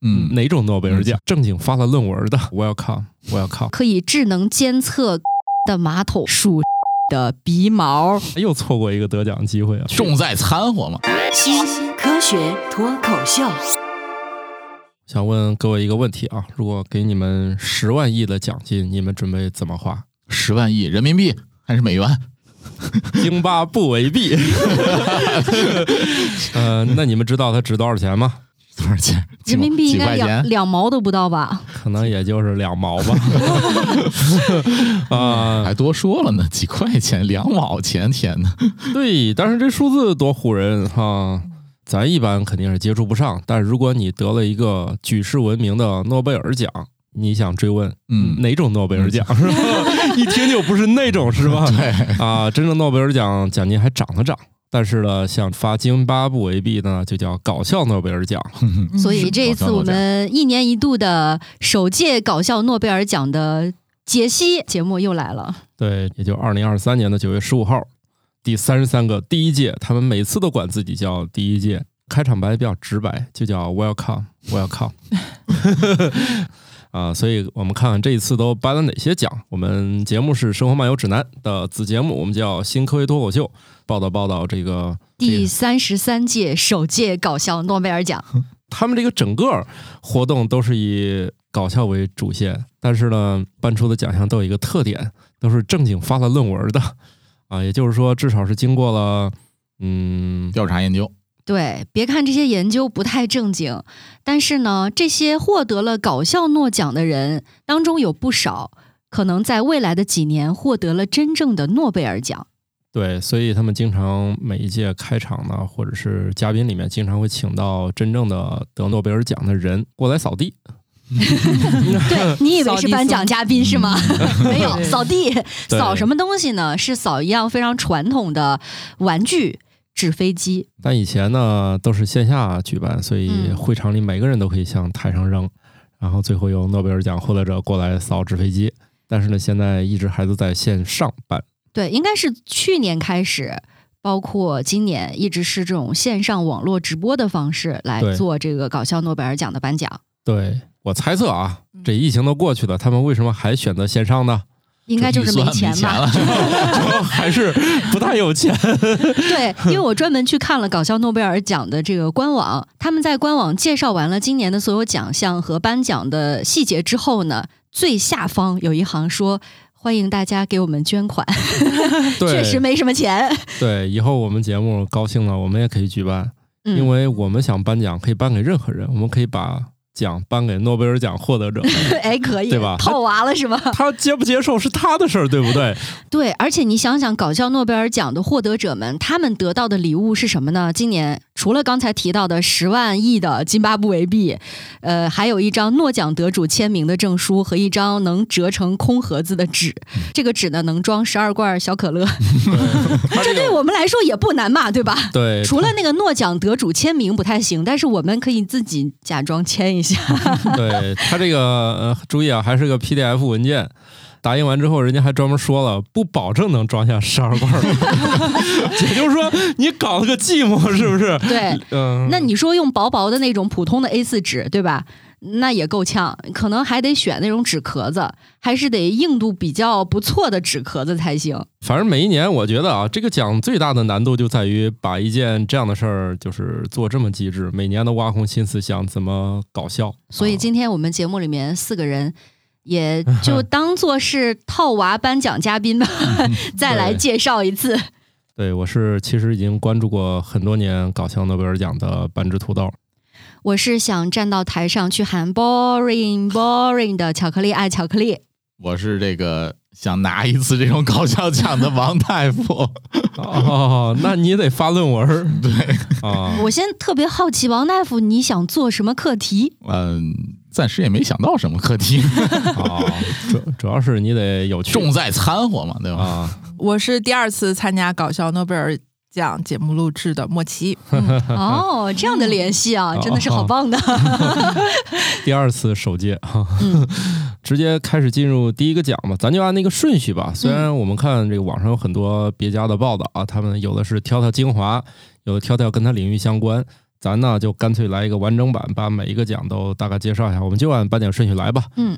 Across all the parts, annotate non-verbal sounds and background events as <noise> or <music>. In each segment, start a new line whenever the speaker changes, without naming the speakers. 嗯，
哪种诺贝尔奖？正经发了论文的，我要靠，我要靠，
可以智能监测 <laughs> 的马桶，
数的鼻毛，
又错过一个得奖机会啊！
重在掺和嘛。
新科学脱口秀，
想问各位一个问题啊，如果给你们十万亿的奖金，你们准备怎么花？
十万亿人民币还是美元？
津巴布韦币。呃，那你们知道它值多少钱吗？
多少钱？几
人民币
几
应该
块
两
钱？
两毛都不到吧？
可能也就是两毛吧。啊、
还多说了呢，几块钱，两毛钱，天哪！ <laughs>
对，但是这数字多唬人哈、咱一般肯定是接触不上，但如果你得了一个举世闻名的诺贝尔奖，你想追问，
嗯
哪种诺贝尔奖是吧？ <laughs> 一听就不是那种是吧？
<laughs> 对，
啊，真正诺贝尔奖奖金还涨了涨，但是呢，像发津巴布韦币呢，就叫搞笑诺贝尔奖。
所以这一
搞
次
笑
我们一年一度的首届搞笑诺贝尔奖的解析节目又来了。
对，也就二零二三年的九月十五号，第三十三个第一届，他们每次都管自己叫第一届，开场白比较直白，就叫 Welcome Welcome。啊，所以我们看看这一次都颁了哪些奖。我们节目是《生活漫游指南》的子节目，我们叫新科学脱口秀，报道报道这个
第三十三届首届搞笑诺贝尔奖，
他们这个整个活动都是以搞笑为主线，但是呢，颁出的奖项都有一个特点，都是正经发了论文的啊，也就是说，至少是经过了嗯，
调查研究，
<laughs> 对，别看这些研究不太正经，但是呢，这些获得了搞笑诺奖的人当中有不少，可能在未来的几年获得了真正的诺贝尔奖。
对，所以他们经常每一届开场呢，或者是嘉宾里面，经常会请到真正的得诺贝尔奖的人过来扫地。
对你以为是颁奖嘉宾是吗？ <laughs> 没有，
对
扫地
对
扫什么东西呢？是扫一样非常传统的玩具纸飞机。
但以前呢都是线下举办，所以
嗯
会场里每个人都可以向台上扔，然后最后由诺贝尔奖获得者过来扫纸飞机。但是呢，现在一直还都在线上办。
对，应该是去年开始。包括今年一直是这种线上网络直播的方式来
对
做这个搞笑诺贝尔奖的颁奖，
对我猜测啊，
嗯
这疫情都过去了，他们为什么还选择线上呢？哦
应该就是
预算
没
没
钱吧？
了。
还
<laughs>
是不太有钱？ <laughs>
对，因为我专门去看了搞笑诺贝尔奖的这个官网，他们在官网介绍完了今年的所有奖项和颁奖的细节之后呢，最下方有一行说。欢迎大家给我们捐款，
对，
确实没什么钱。
对。以后我们节目高兴了，我们也可以举办，因
嗯，
为我们想颁奖可以颁给任何人，我们可以把奖颁给诺贝尔奖获
<laughs>
得者，
<laughs> 哎，可以，
对吧
套娃了是吧？
他接不接受是他的事儿，对不对？
对，而且你想想，搞笑诺贝尔奖的获得者们，他们得到的礼物是什么呢？今年除了刚才提到的十万亿的津巴布韦币，呃，还有一张诺奖得主签名的证书和一张能折成空盒子的纸。这个纸呢，能装十二罐小可乐，这对我们来说也不难嘛，对吧？
对，
除了那个诺奖得主签名不太行，但是我们可以自己假装签一下。 <laughs>
对他这个、呃、注意啊，还是个 PDF 文件，打印完之后，人家还专门说了，不保证能装下十二罐儿， <laughs>
<laughs>
也就是说你搞了个寂寞，是不是？
对， <laughs>
嗯，
那你说用薄薄的那种普通的 A 4纸，对吧？那也够呛，可能还得选那种纸壳子，还是得硬度比较不错的纸壳子才行。
反正每一年，我觉得啊，这个奖最大的难度就在于把一件这样的事儿，就是做这么极致，每年都挖空心思想怎么搞笑。啊
所以今天我们节目里面四个人，也就当做是套娃颁奖嘉宾吧， <laughs> 再来
嗯对
介绍一次。
对我是其实已经关注过很多年搞笑诺贝尔奖的半只土
<laughs>
豆，
我是想站到台上去喊 boring boring 的巧克力爱巧克力。
我是这个想拿一次这种搞笑奖的王大夫， <laughs>
哦，那你得发论文儿
对，
啊。
我先特别好奇，王大夫你想做什么
<laughs>
课题？
嗯，暂时也没想到什么课题，
哦，主主要是你得有趣
重在掺和嘛，对吧？
啊，
我是第二次参加搞笑诺贝尔奖节目录制的莫奇，嗯
哦，这样的联系啊，
哦
真的是好棒的。
<laughs> 第二次首届哈，
嗯
<laughs> 直接开始进入第一个奖吧，咱就按那个顺序
嗯
吧。虽然我们看这个网上有很多别家的报道啊，他们有的是挑挑精华，有的挑挑跟他领域相关，咱呢就干脆来一个完整版，把每一个奖都大概介绍一下，我们就按颁奖顺序来吧。
嗯，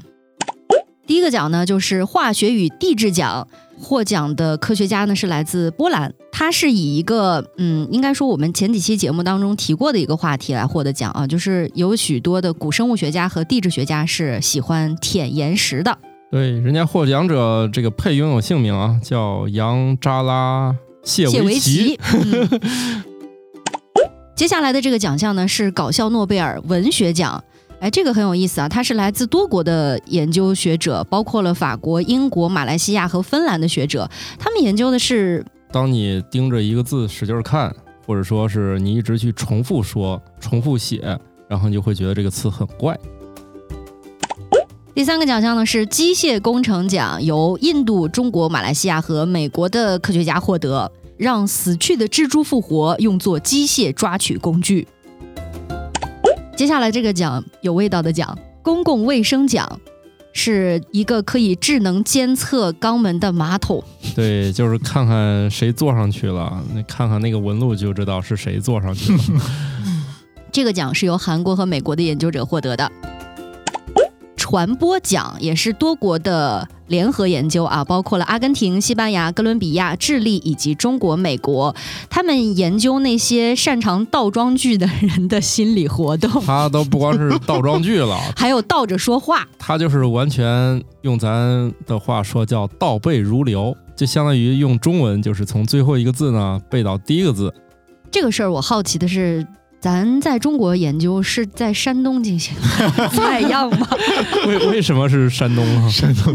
第一个奖呢就是化学与地质奖，获奖的科学家呢是来自波兰，他是以一个嗯，应该说我们前几期节目当中提过的一个话题来获得奖啊，就是有许多的古生物学家和地质学家是喜欢舔岩石的。
对，人家获奖者这个配拥有姓名啊，叫杨扎拉谢
谢
维
维
奇。
奇。
<laughs>
嗯接下来的这个奖项呢是搞笑诺贝尔文学奖。哎，这个很有意思啊！它是来自多国的研究学者，包括了法国、英国、马来西亚和芬兰的学者，他们研究的是
当你盯着一个字使劲儿看，或者说是你一直去重复说、重复写，然后你就会觉得这个词很
<laughs>
怪。
第三个奖项呢是机械工程奖，由印度、中国、马来西亚和美国的科学家获得，让死去的蜘蛛复活，用作机械抓取工具。接下来这个奖有味道的奖——公共卫生奖，是一个可以智能监测肛门的马桶。
对，就是看看谁坐上去了，那看看那个纹路就知道是谁坐上去了。
<laughs>
这个奖是由韩国和美国的研究者获得的。传播奖也是多国的联合研究啊，包括了阿根廷、西班牙、哥伦比亚、智利以及中国、美国，他们研究那些擅长倒装句的人的心理活动， <laughs>
他都不光是倒装句了， <laughs>
还有倒着说话。
他就是完全用咱的话说叫倒背如流，就相当于用中文就是从最后一个字呢背到第一个字。
这个事儿我好奇的是，咱在中国研究是在山东进行 <laughs> 的采样吗？
为为什么是山东
<laughs>
啊？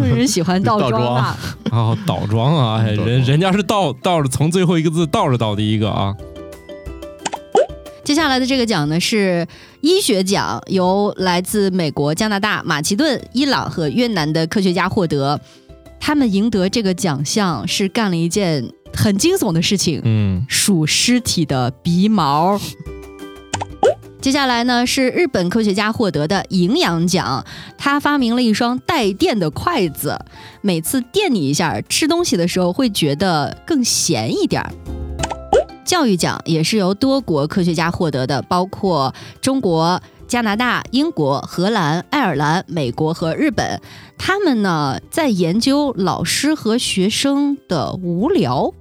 有人喜欢倒装啊？
然后倒装啊，哎
倒装
人人家是倒倒着从最后一个字倒着到第一个啊。
接下来的这个奖呢是医学奖，由来自美国、加拿大、马其顿、伊朗和越南的科学家获得。他们赢得这个奖项是干了一件很惊悚的事情，
嗯，
数尸体的鼻毛。接下来呢是日本科学家获得的营养奖，他发明了一双带电的筷子，每次电你一下，吃东西的时候会觉得更咸一点儿。教育奖也是由多国科学家获得的，包括中国、加拿大、英国、荷兰、爱尔兰、美国和日本。他们呢在研究老师和学生的无聊。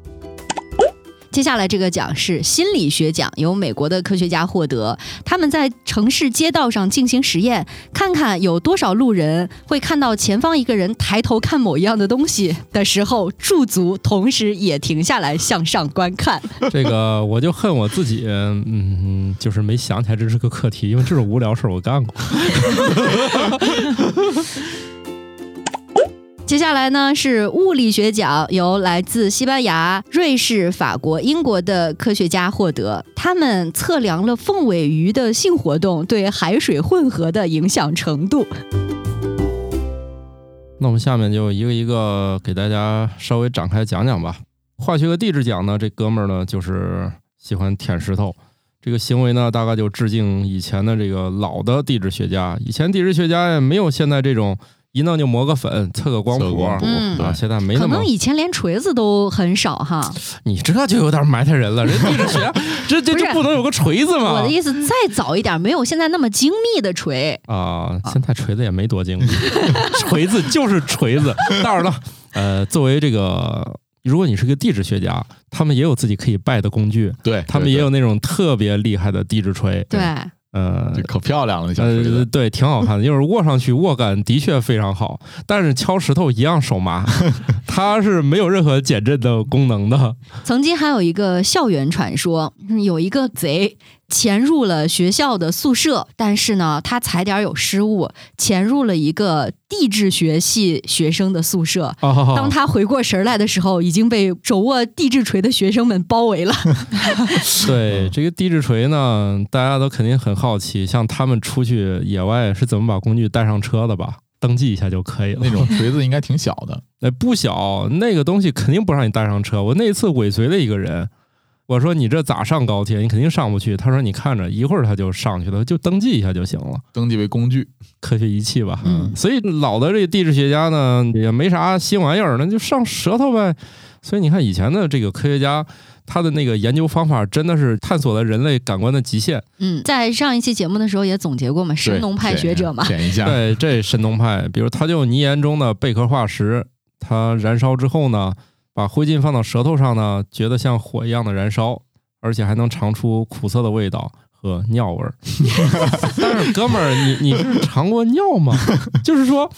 接下来这个奖是心理学奖，由美国的科学家获得。他们在城市街道上进行实验，看看有多少路人会看到前方一个人抬头看某一样的东西的时候驻足，同时也停下来向上观看。
<laughs> 这个我就恨我自己，嗯，就是没想起来这是个课题，因为这种无聊事儿我干过。
接下来呢是物理学奖，由来自西班牙、瑞士、法国、英国的科学家获得。他们测量了凤尾鱼的性活动对海水混合的影响程度。
那我们下面就一个一个给大家稍微展开讲讲吧。化学和地质奖呢，这哥们儿呢就是喜欢舔石头，这个行为呢大概就致敬以前的这个老的地质学家。以前地质学家也没有现在这种一弄就磨个粉、测个光
测
谱
光谱
嗯
啊，
对
现在没
可
那么
能以前连锤子都很少哈。
<laughs> 你这就有点埋汰人了，人地质
<laughs>
学这这
不是
这不能有个锤子
我
吗
的？意思，再早一点，没有现在那么精密的锤。
啊，现在锤子也没多精 <laughs> 密，锤子就是锤子。当然了，呃，作为这个，如果你是个地质学家，他们也有自己可以拜的工具，
对，
他们
对
也有那种特别厉害的地质锤，
对，
呃
对。这可漂亮了，那小锤
呃，
子，
对，挺好看的，就是握上去握感的确非常好，但是敲石头一样手麻， <laughs> 它是没有任何减震的功能的。
曾经还有一个校园传说，嗯有一个贼潜入了学校的宿舍，但是呢，他踩点儿有失误，潜入了一个地质学系学生的宿舍。当
哦，
他回过神儿来的时候，已经被手握地质锤的学生们包
<laughs>
围了。
嗯
对，这个地质锤呢，大家都肯定很好奇，像他们出去野外是怎么把工具带上车的吧？登记一下就可以了。
那种锤子应该挺小的，
哎，不小，那个东西肯定不让你带上车。我那一次尾随了一个人，我说你这咋上高铁？你肯定上不去。他说你看着，一会儿他就上去了，就登记一下就行了，
登记为工具，
科学仪器吧。
嗯
所以老的这个地质学家呢，也没啥新玩意儿，那就上舌头呗。所以你看以前的这个科学家，他的那个研究方法真的是探索了人类感官的极限。
嗯，在上一期节目的时候也总结过嘛，神农派学者嘛，
选一下，
对，这神农派，比如他就泥岩中的贝壳化石，它燃烧之后呢，把灰烬放到舌头上呢，觉得像火一样的燃烧，而且还能尝出苦涩的味道。和尿味儿，但是哥们儿，你你是尝过尿吗？就是说，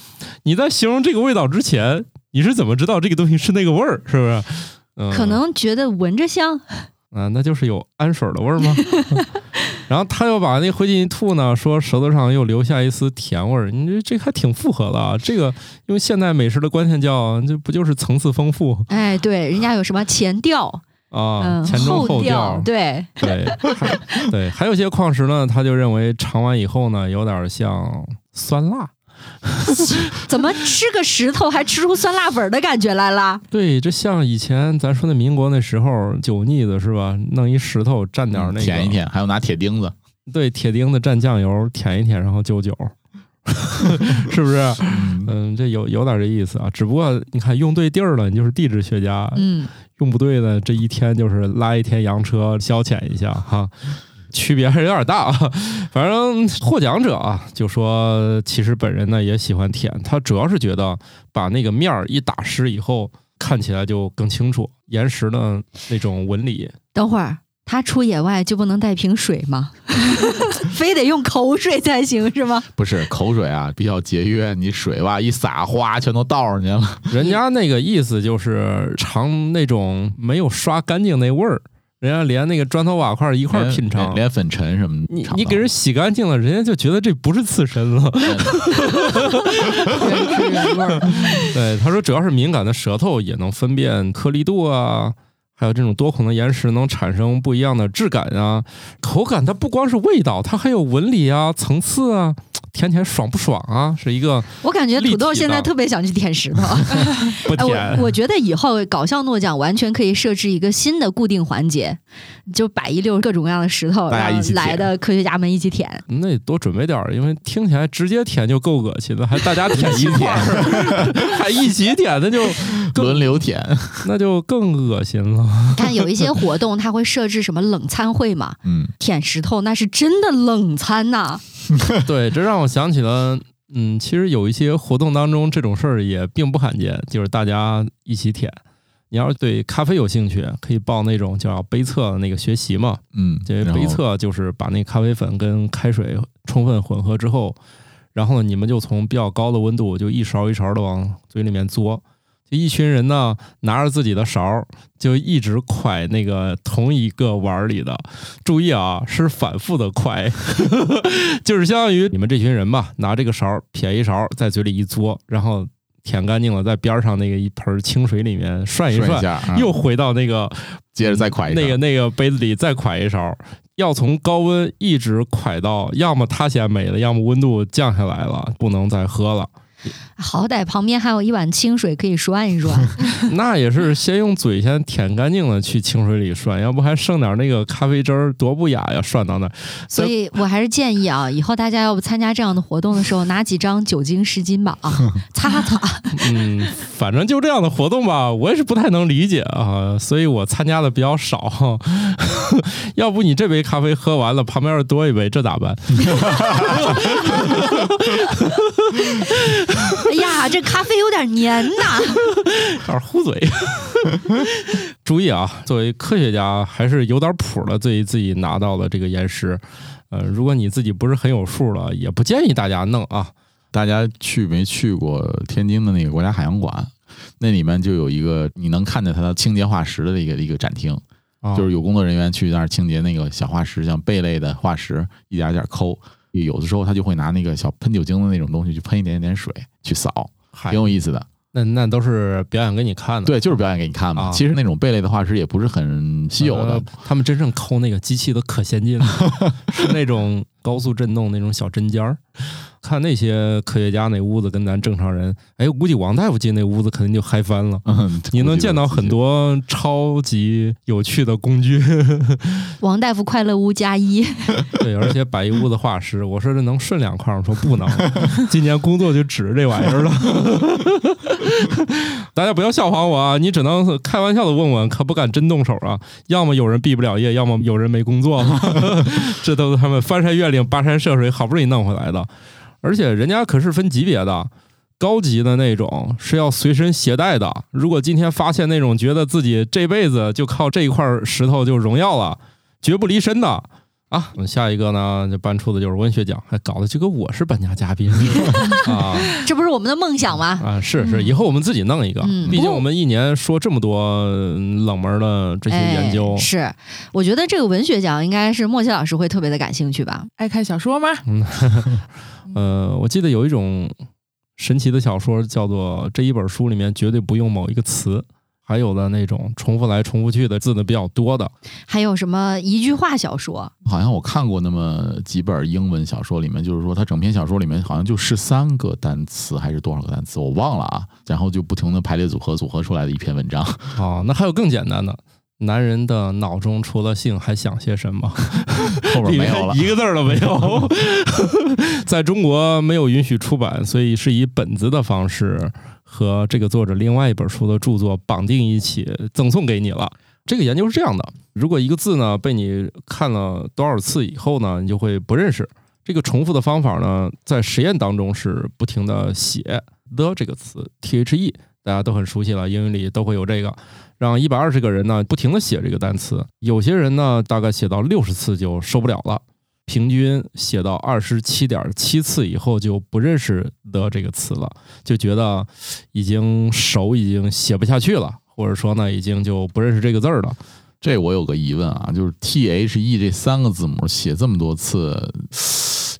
你在形容这个味道之前，你是怎么知道这个东西是那个味儿？是不是？嗯、
可能觉得闻着香，
啊，那就是有氨水的味儿吗？然后他又把那灰烬一吐呢，说舌头上又留下一丝甜味儿，你这这还挺复合的啊。这个用现代美食的观念叫，这不就是层次丰富
哎，对，人家有什么前调，
啊，
嗯，
前中后
调
调，，
对，
对还对，还有一些矿石呢，他就认为尝完以后呢，有点像酸辣。
怎么吃个石头还吃出酸辣粉儿的感觉来了？
对，这像以前咱说那民国那时候酒腻子是吧？弄一石头蘸点儿那个，
嗯舔一舔，还有拿铁钉子，
对，铁钉子蘸酱油，舔一舔，然后揪揪，是不是？
嗯
嗯，这有有点这意思啊，只不过你看用对地儿了，你就是地质学家；
嗯，
用不对呢，这一天就是拉一天洋车消遣一下哈，区别还是有点大啊。反正获奖者啊，就说其实本人呢也喜欢舔，他主要是觉得把那个面儿一打湿以后，看起来就更清楚岩石的那种纹理。
等会儿他出野外就不能带瓶水吗？ <laughs> 非得用口水才行是吗？
不是口水啊，比较节约，你水吧一洒，哗，全都倒上去了。 <laughs>
人家那个意思就是尝那种没有刷干净那味儿，人家连那个砖头瓦块一块儿
连
品尝。
哎连粉尘什么的
你
尝不到，
你给人洗干净了，人家就觉得这不是刺身
<laughs>
了。
嗯
<laughs>
<laughs>
对，他说主要是敏感的舌头也能分辨颗粒度啊，还有这种多孔的岩石能产生不一样的质感啊，口感它不光是味道，它还有纹理啊、层次啊，舔起来爽不爽啊，是一个
我感觉
立
土豆
体
现在
的
特别想去舔石头。
不 <laughs>
哎，
甜。
我我觉得以后搞笑诺奖完全可以设置一个新的固定环节，就摆一溜各种各样的石头，
大家
然
一
后
起舔
来的科学家们一起舔。
那得多准备点儿，因为听起来直接舔就够恶心了，还大家舔一块儿，还一起舔，那就
轮流舔，
那就更恶心了。
你看有一些活动，它会设置什么冷餐会嘛，
嗯，
舔石头那是真的冷餐呐、
对，这让我想起了，嗯，其实有一些活动当中这种事儿也并不罕见，就是大家一起舔。你要是对咖啡有兴趣，可以报那种叫杯测的那个学习嘛，
嗯，
这
然后
杯测就是把那咖啡粉跟开水充分混合之后，然后呢，你们就从比较高的温度就一勺一勺的往嘴里面嘬。就一群人呢，拿着自己的勺儿，就一直蒯那个同一个碗儿里的。注意啊，是反复的蒯， <laughs> 就是相当于你们这群人吧，拿这个勺儿撇一勺儿，在嘴里一嘬，然后舔干净了，在边儿上那个一盆儿清水里面涮一
顺
涮
一，下，啊
又回到那个
接着再快一
那个
个
那个杯子里再㧟一勺，要从高温一直㧟到，要么它先没了，要么温度降下来了，不能再喝了。
好歹旁边还有一碗清水可以涮
<laughs>
一涮。
那也是先用嘴先舔干净了，去清水里涮，要不还剩点那个咖啡汁儿，多不雅呀！涮到那儿，
所以我还是建议啊，以后大家要不参加这样的活动的时候，拿几张酒精湿巾吧啊，
<laughs>
擦擦。
嗯，反正就这样的活动吧，我也是不太能理解啊，所以我参加的比较少。 <laughs> 要不你这杯咖啡喝完了，旁边又多一杯，这咋办？
哎呀，这咖啡有点黏呐。
<laughs> 有点糊嘴。 <laughs> 注意啊，作为科学家还是有点谱的，对于自己拿到的这个岩石，呃，如果你自己不是很有数了，也不建议大家弄啊。
大家去没去过天津的那个国家海洋馆？那里面就有一个你能看见它的清洁化石的一个一个展厅，
啊
就是有工作人员去那儿清洁那个小化石，像贝类的化石，一点一点抠。有的时候他就会拿那个小喷酒精的那种东西去喷一点点水去扫，挺
嗨，
有意思的。
那那都是表演给你看的，
对，就是表演给你看嘛。
嗯啊
其实那种贝类的化石也不是很稀有的
呃，他们真正抠那个机器都可先进了，是那种高速震动那种小针尖儿，看那些科学家那屋子跟咱正常人，哎，估计王大夫进那屋子肯定就嗨翻了。
<laughs>
<laughs>
嗯，
你呃能见到很多超级有趣的工具，
王大夫快乐屋加一，
对，而且摆一屋子化石。我说这能顺两块儿，我说不能，今年工作就指着这玩意儿了。 <laughs> 大家不要效仿我啊，你只能开玩笑的问问，可不敢真动手啊。要么有人毕不了业，要么有人没工作嘛， <laughs> 这都是他们翻山越岭、跋山涉水，好不容易弄回来的。而且人家可是分级别的。高级的那种是要随身携带的。如果今天发现那种觉得自己这辈子就靠这一块石头就荣耀了，绝不离身的，啊，嗯下一个呢，就颁出的就是文学奖，还搞得就跟我是颁奖嘉宾啊
这不是我们的梦想吗？
啊，是是，以后我们自己弄一个，
嗯
毕
不
竟
过
我们一年说这么多嗯冷门的这些研究，
哎、是，我觉得这个文学奖应该是莫西老师会特别的感兴趣吧？
爱看小说吗？
哎
嗯 <laughs> 呃，我记得有一种神奇的小说叫做这一本书里面绝对不用某一个词。还有的那种重复来重复去的字呢比较多的，
还有什么一句话小说？
好像我看过那么几本英文小说，里面就是说，它整篇小说里面好像就十三个单词还是多少个单词，我忘了啊。然后就不停的排列组合，组合出来的一篇文章。 <laughs>
哦，那还有更简单的，男人的脑中除了性还想些什么？
后边
里
没
面
有了，
一个字儿都没有。
<laughs>
在中国没有允许出版，所以是以本子的方式和这个作者另外一本书的著作绑定一起赠送给你了。这个研究是这样的：如果一个字呢被你看了多少次以后呢，你就会不认识。这个重复的方法呢，在实验当中是不停的写的这个词 t h e，大家都很熟悉了，英语里都会有这个。让一百二十个人呢不停的写这个单词，有些人呢大概写到六十次就受不了了，平均写到二十七点七次以后就不认识的这个词了，就觉得已经手已经写不下去了，或者说呢已经就不认识这个字儿了。
这我有个疑问啊，就是 T H E 这三个字母写这么多次，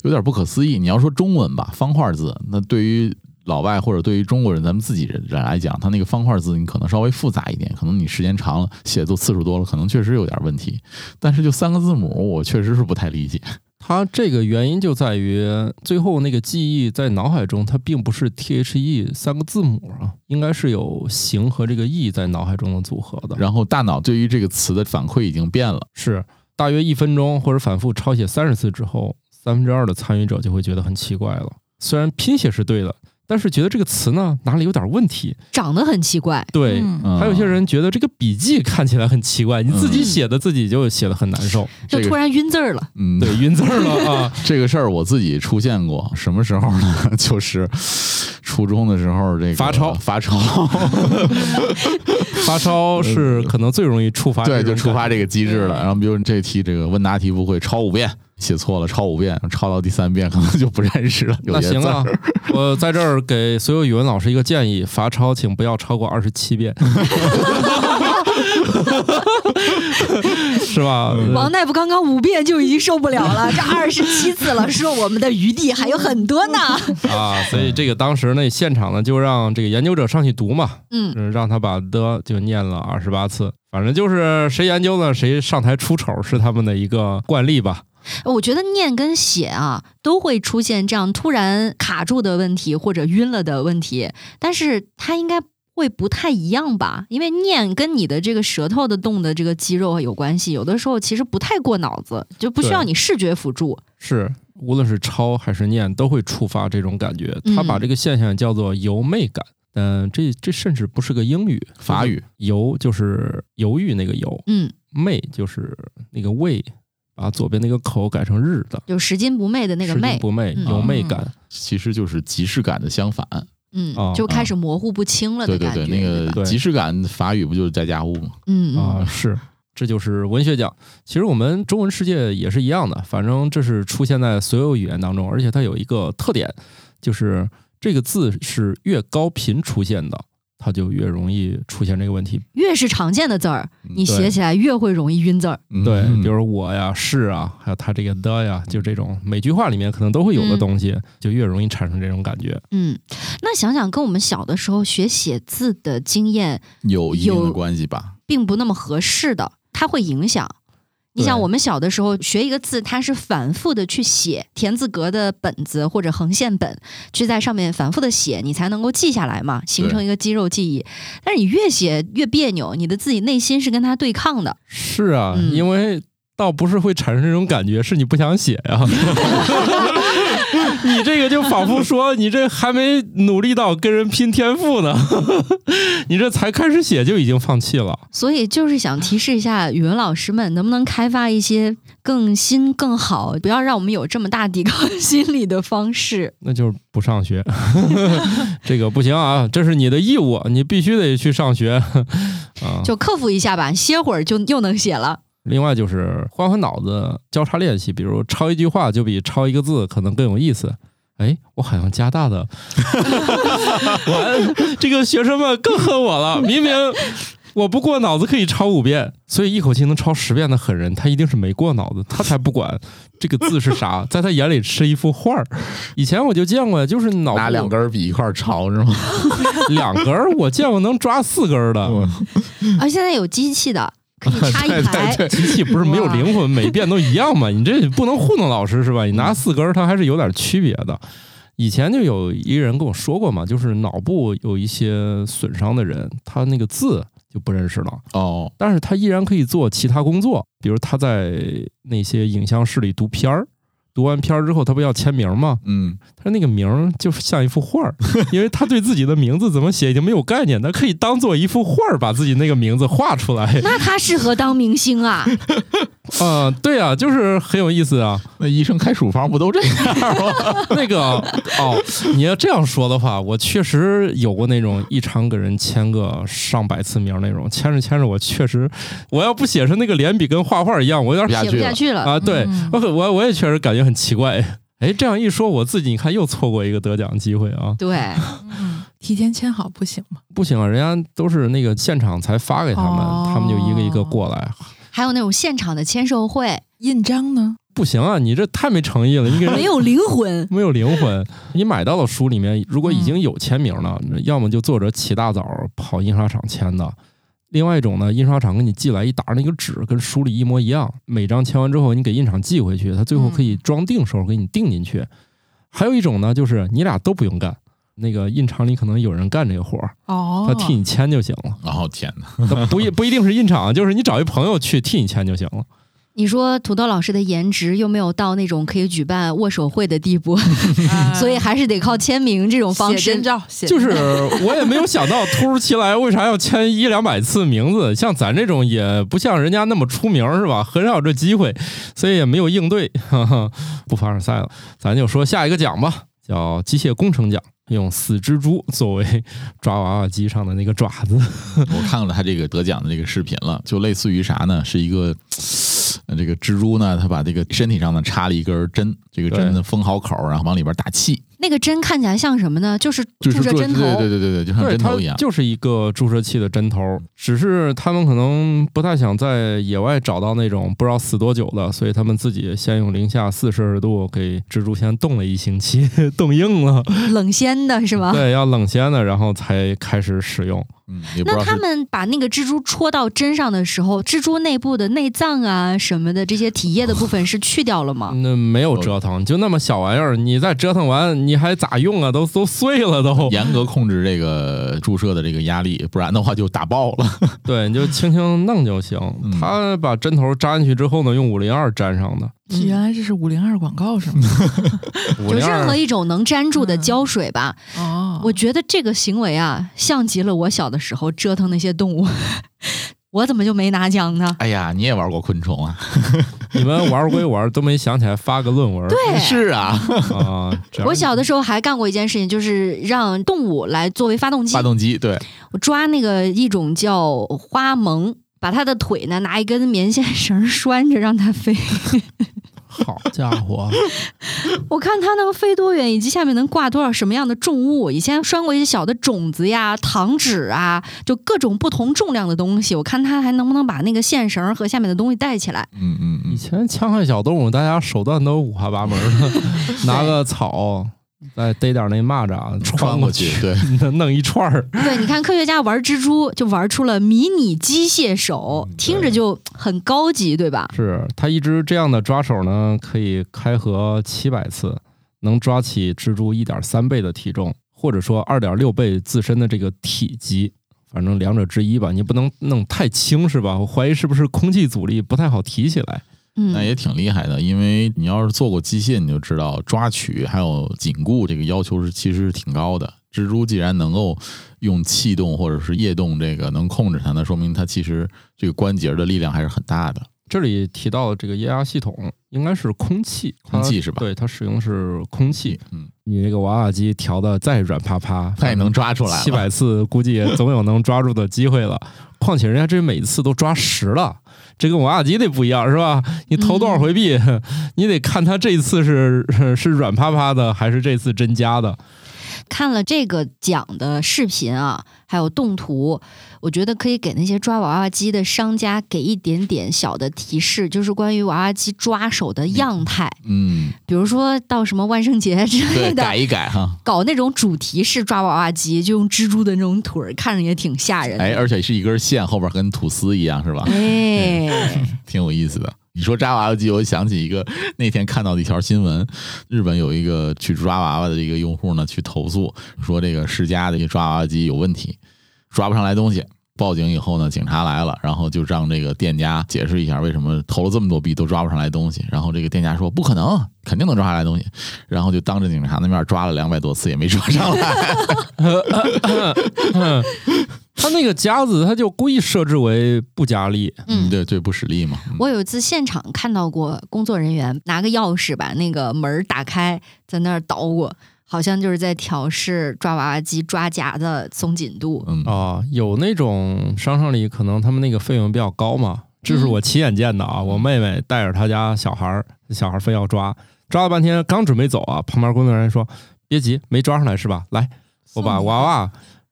有点不可思议。你要说中文吧，方块字，那对于老外或者对于中国人，咱们自己人来讲，它那个方块字你可能稍微复杂一点，可能你时间长了，写作次数多了，可能确实有点问题。但是就三个字母，我确实是不太理解。
它这个原因就在于最后那个记忆在脑海中，它并不是 T H E 三个字母啊，应该是有形和这个 E 在脑海中的组合的。
然后大脑对于这个词的反馈已经变了，
是大约一分钟或者反复抄写三十次之后，三分之二的参与者就会觉得很奇怪了。虽然拼写是对的，但是觉得这个词呢哪里有点问题。
长得很奇怪，
对，
嗯
嗯
还有些人觉得这个笔记看起来很奇怪，你自己写的自己就写的很难受。
这
就
个
突然晕字儿了。
嗯，
对，晕字儿了啊。
<laughs> 这个事儿我自己出现过，什么时候呢？ <laughs> 就是初中的时候，这个
发烧
发烧，
发烧是可能最容易触发这
嗯对，
种
就触
感
发这个机制了。
嗯
然后比如这题这个问答题不会，抄五遍，写错了抄五遍，抄到第三遍可能就不认识了。有
那
些字
行啊
儿，
我在这儿给所有语文老师一个建议：罚抄请不要超过二十七
<laughs>
遍， <laughs> 是吧？
嗯
王大夫刚刚五遍就已经受不了了，这二十七次了，说我们的余地还有很多呢。
啊，所以这个当时那现场呢，就让这个研究者上去读嘛，
嗯，
嗯，让他把的就念了二十八次，反正就是谁研究呢，谁上台出丑是他们的一个惯例吧。
我觉得念跟写啊都会出现这样突然卡住的问题或者晕了的问题，但是它应该会不太一样吧？因为念跟你的这个舌头的动的这个肌肉有关系，有的时候其实不太过脑子，就不需要
对
你视觉辅助。
是，无论是抄还是念，都会触发这种感觉。
嗯
他把这个现象叫做犹昧感，嗯，这这甚至不是个英语，
法语
犹就是犹豫那个犹，
嗯，
昧就是那个胃，把左边那个口改成日的。
有拾金不昧的那个
拾金
昧，
不昧，
嗯
犹昧感，
其实就是即视感的相反。
嗯，
哦
就开始模糊不清了的
啊对对
感觉。
对，那
对吧
个
对
即视感法语不就是家家户吗？
嗯
啊，
嗯
是，这就是文学奖。其实我们中文世界也是一样的，反正这是出现在所有语言当中，而且它有一个特点，就是这个字是越高频出现的，它就越容易出现这个问题。
越是常见的字儿，
嗯
你写起来越会容易晕字儿。
嗯
对，
嗯
比如我呀、是啊，还有他这个的呀，就这种每句话里面可能都会有的
嗯
东西，就越容易产生这种感觉。
嗯，那想想跟我们小的时候学写字的经验
有一定的
有
关系吧。
并不那么合适的，它会影响。你想，
对
我们小的时候学一个字，它是反复的去写田字格的本子或者横线本，去在上面反复的写，你才能够记下来嘛，形成一个肌肉记忆。但是你越写越别扭，你的自己内心是跟它对抗的。
是啊，
嗯
因为倒不是会产生这种感觉，是你不想写呀、 <laughs> 你这个就仿佛说你这还没努力到跟人拼天赋呢， <laughs> 你这才开始写就已经放弃了。
所以就是想提示一下语文老师们，能不能开发一些更新更好，不要让我们有这么大抵抗 <laughs> 心理的方式。
那就是不上学， <laughs> 这个不行啊！这是你的义务，你必须得去上学啊。
就克服一下吧，歇会儿就又能写了。
另外就是换换脑子，交叉练习，比如抄一句话就比抄一个字可能更有意思。哎，我好像加大的， <laughs> 完，这个学生们更恨我了。明明我不过脑子可以抄五遍，所以一口气能抄十遍的狠人，他一定是没过脑子，他才不管这个字是啥，在他眼里是一幅画儿。以前我就见过，就是脑部
拿两根儿笔一块儿
<laughs>
抄是吗？
两根儿，我见过能抓四根儿
<laughs>
的。
而啊现在有机器的，可以插一
对
排。
对对，
机器不是没有灵魂，每遍都一样嘛？你这不能糊弄老师是吧？你
嗯
拿四根，儿，它还是有点区别的。以前就有一个人跟我说过嘛，就是脑部有一些损伤的人，他那个字就不认识了，
哦，
但是他依然可以做其他工作，比如他在那些影像室里读片儿，读完片儿之后，他不要签名吗？
嗯，
他说那个名儿就像一幅画儿， <laughs> 因为他对自己的名字怎么写已经没有概念，他可以当做一幅画儿把自己那个名字画出来。
<laughs>
那他适合当明星啊！
啊、对啊，就是很有意思啊。
那医生开处方不都这样 <laughs> 吗？
那个哦，你要这样说的话，我确实有过那种一场给人签个上百次名那种，签着签着，我确实，我要不写成那个连笔跟画画一样，我有点
下
写不
去
下
了
去了。
啊，对
嗯
我很我我也确实感觉很奇怪。哎，这样一说，我自己你看又错过一个得奖机会啊！
对，
嗯，提前签好不行吗？
不行啊，人家都是那个现场才发给他们，
哦
他们就一个一个过来。
还有那种现场的签售
<laughs>
会，
印章呢？
不行啊，你这太没诚意了，你给人
<laughs> 没有灵魂。
没有灵魂。你买到的书里面，如果已经有签名了，要么就作者起大早跑印刷厂签的，另外一种呢，印刷厂给你寄来一沓那个纸，跟书里一模一样，每张签完之后，你给印厂寄回去，他最后可以装订时候给你订进去。还有一种呢，就是你俩都不用干。那个印厂里可能有人干这个活儿，
哦，
他替你签就行了。
哦天哪，
他不一不一定是印厂，就是你找一朋友去替你签就行了。
你说土豆老师的颜值又没有到那种可以举办握手会
<laughs>
的地
啊
步，
哎
所以还是得靠签名这种方
写
式
真。照，写
就是
真
我也没有想到，突如其来为啥要签一两百次名字？像咱这种也不像人家那么出名是吧？很少有这机会，所以也没有应对，哈哈，不凡尔赛了。咱就说下一个奖吧，叫机械工程奖，用死蜘蛛作为抓娃娃机上的那个爪子。
我看了他这个得奖的这个视频了，就类似于啥呢？是一个。呃这个蜘蛛呢，它把这个身体上呢插了一根针，这个针呢封好口，然后往里边打气，
那个针看起来像什么呢？就是
就
注
是
射
做
针头。
对对对对对，就像
对，
啊针
它
头一样。
就是一个注射器的针头，只是他们可能不太想在野外找到那种不知道死多久的，所以他们自己先用零下四十度给蜘蛛先冻了一星期， <laughs> 冻硬了，
<laughs> 冷鲜的是吗？
对，要冷鲜的，然后才开始使用。
嗯，也不知道
那他
是
们把那个蜘蛛戳到针上的时候，蜘蛛内部的内脏啊什么的这些体液的部分是去掉了
嗯
吗？
那没有折腾，就那么小玩意儿，你再折腾完，你还咋用啊？都 <laughs> 都碎了都。
严格控制这个注射的这个压力，不然的话就打爆了。
对，你就轻轻弄就行
嗯。
他把针头扎进去之后呢，用五零二粘上 <laughs> 的。
是原来这是五零二广告是吗？
五
就
零
任
二
何一种能粘住的胶水吧，
哦，
我觉得这个行为啊，像极了我小的时候折腾那些动物。 <laughs> 我怎么就没拿奖呢？
哎呀，你也玩过昆虫啊？
你们玩归玩，都没想起来发个论 <laughs> 文。
<laughs>
对，
是啊，
啊，这样
我小的时候还干过一件事情，就是让动物来作为发动机
发，动机对，
我抓那个一种叫花萌。把它的腿呢，拿一根棉线绳拴着，让它飞。
好家伙，
<laughs> 我看它能飞多远，以及下面能挂多少什么样的重物。以前拴过一些小的种子呀、糖纸啊，就各种不同重量的东西。我看它还能不能把那个线绳和下面的东西带起来。
嗯嗯
以 <laughs>
嗯，
前枪害小动物，大家手段都五花八门的，拿个草再逮点那蚂蚱
穿
过
过去，，
<laughs>
对，
弄一串儿。
对，你看科学家玩蜘蛛就玩出了迷你机械手，
嗯
听着就很高级，对吧？
是它一只这样的抓手呢，可以开合七百次，能抓起蜘蛛一点三倍的体重，或者说二点六倍自身的这个体积，反正两者之一吧。你不能弄太轻是吧？我怀疑是不是空气阻力不太好提起来。
那
嗯，
也挺厉害的，因为你要是做过机械，你就知道抓取还有紧固这个要求是其实是挺高的。蜘蛛既然能够用气动或者是液动这个能控制它，那说明它其实这个关节的力量还是很大的。
这里提到这个液压系统，应该是空气，它
空气是吧
对，它使用的是空气。
嗯，
你这个娃娃机调的再软趴趴，
它也能抓出 <laughs> 来
七
了。
百次估计 <laughs> 也总有能抓住的机会了。况且人家这每次都抓实了，这跟娃娃机那不一样是吧？你投多少回币， <laughs> 你得看他这一次是 <laughs> 是是软趴趴的，还是这次真加的。
看了这个奖的视频啊，还有动图，我觉得可以给那些抓娃娃机的商家给一点点小的提示，就是关于娃娃机抓手的样态，
嗯，
比如说到什么万圣节之类
对，
<laughs>
改
的。
一改哈。
搞那种主题式抓娃娃机，就用蜘蛛的那种腿儿，看着也挺吓人的。
哎，而且是一根线，后边跟吐司一样，是吧？嗯
哎，
挺有意思的。你说抓娃娃机，我想起一个那天看到的一条新闻，日本有一个去抓娃娃的一个用户呢，去投诉说这个世嘉的一个抓娃娃机有问题，抓不上来东西。报警以后呢，警察来了，然后就让这个店家解释一下为什么投了这么多币都抓不上来东西。然后这个店家说不可能，肯定能抓下来东西。然后就当着警察那面抓了两百多次也没抓上来。
他那个夹子，他就故意设置为不加力，
嗯
对对，不使力嘛。嗯
我有一次现场看到过工作人员拿个钥匙把那个门儿打开，在那儿捣鼓，好像就是在调试抓娃娃机抓夹的松紧度。
嗯
啊，有那种商场里可能他们那个费用比较高嘛，这是我亲眼见的啊。我妹妹带着她家小孩儿，小孩儿非要抓，抓了半天，刚准备走啊，旁边工作人员说：“别急，没抓上来是吧？来，我把娃娃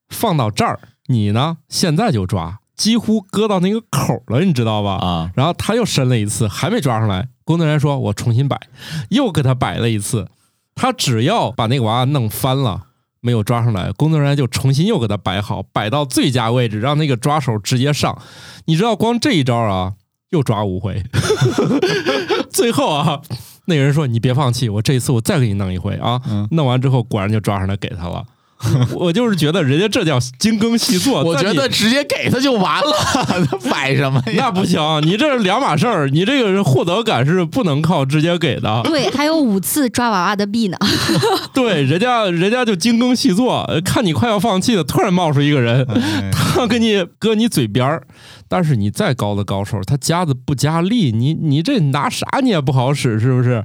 放到这儿，你呢现在就抓，几乎搁到那个口儿了，你知道吧？”
啊，
然后他又伸了一次，还没抓上来。工作人员说：“我重新摆，又给他摆了一次。他只要把那个娃娃弄翻了，没有抓上来，工作人员就重新又给他摆好，摆到最佳位置，让那个抓手直接上。你知道，光这一招啊，又抓五回。 <laughs> 最后啊，那个人说：‘你别放弃，我这一次我再给你弄一回啊。’
嗯
弄完之后，果然就抓上来给他了。我就是觉得人家这叫精耕细作。
我
在
觉
哦你
得直接给他就完了， <laughs> 他摆什么呀？
<laughs> 那不行，你这是两码事儿，你这个是获得感是不能靠直接给的。
<laughs> 对，还有五次抓娃娃的臂呢。
对，人家人家就精耕细作，呃看你快要放弃了，突然冒出一个人， <laughs> 他给你搁你嘴边儿。但是你再高的高手，他夹子不加力，你你这拿啥你也不好使，是不是？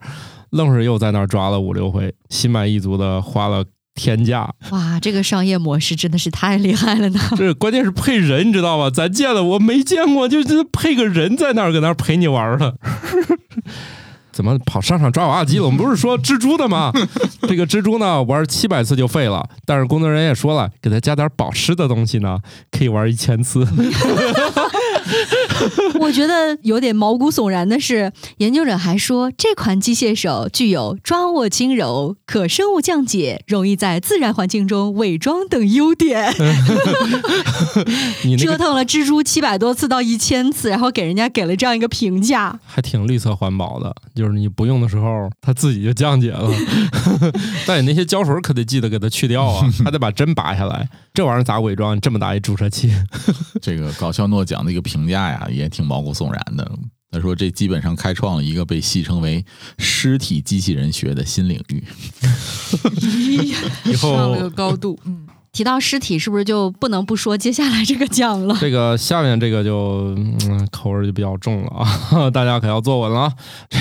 愣是又在那儿抓了五六回，心满意足的花了天价。
哇，这个商业模式真的是太厉害了呢！ <laughs>
这关键是配人，你知道吧？咱见了我没见过，就是配个人在那儿搁那儿陪你玩儿了。 <laughs> 怎么跑商场抓娃娃机了？我们不是说蜘蛛的吗？这个蜘蛛呢，玩七百次就废了，但是工作人员也说了，给它加点保湿的东西呢，可以玩一千次。
我觉得有点毛骨悚然的是，研究者还说这款机械手具有抓握轻柔、可生物降解、容易在自然环境中伪装等优点。
你那
折
个
腾了蜘蛛七百多次到一千次，然后给人家给了这样一个评价。
还挺绿色环保的，就是你不用的时候，它自己就降解了。但你那些胶水可得记得给它去掉啊，还得把针拔下来。这玩意儿咋伪装？这么大一注射器。
这个搞笑诺奖的一个评价呀，也挺毛骨悚然的。他说，这基本上开创了一个被戏称为“尸体机器人学”的新领域。
以后
上了个高
哦
度，嗯，
提到尸体，是不是就不能不说接下来这个奖 <laughs> 了？
这个下面这个就、嗯、口味儿就比较重了啊， <laughs> 大家可要坐稳了啊。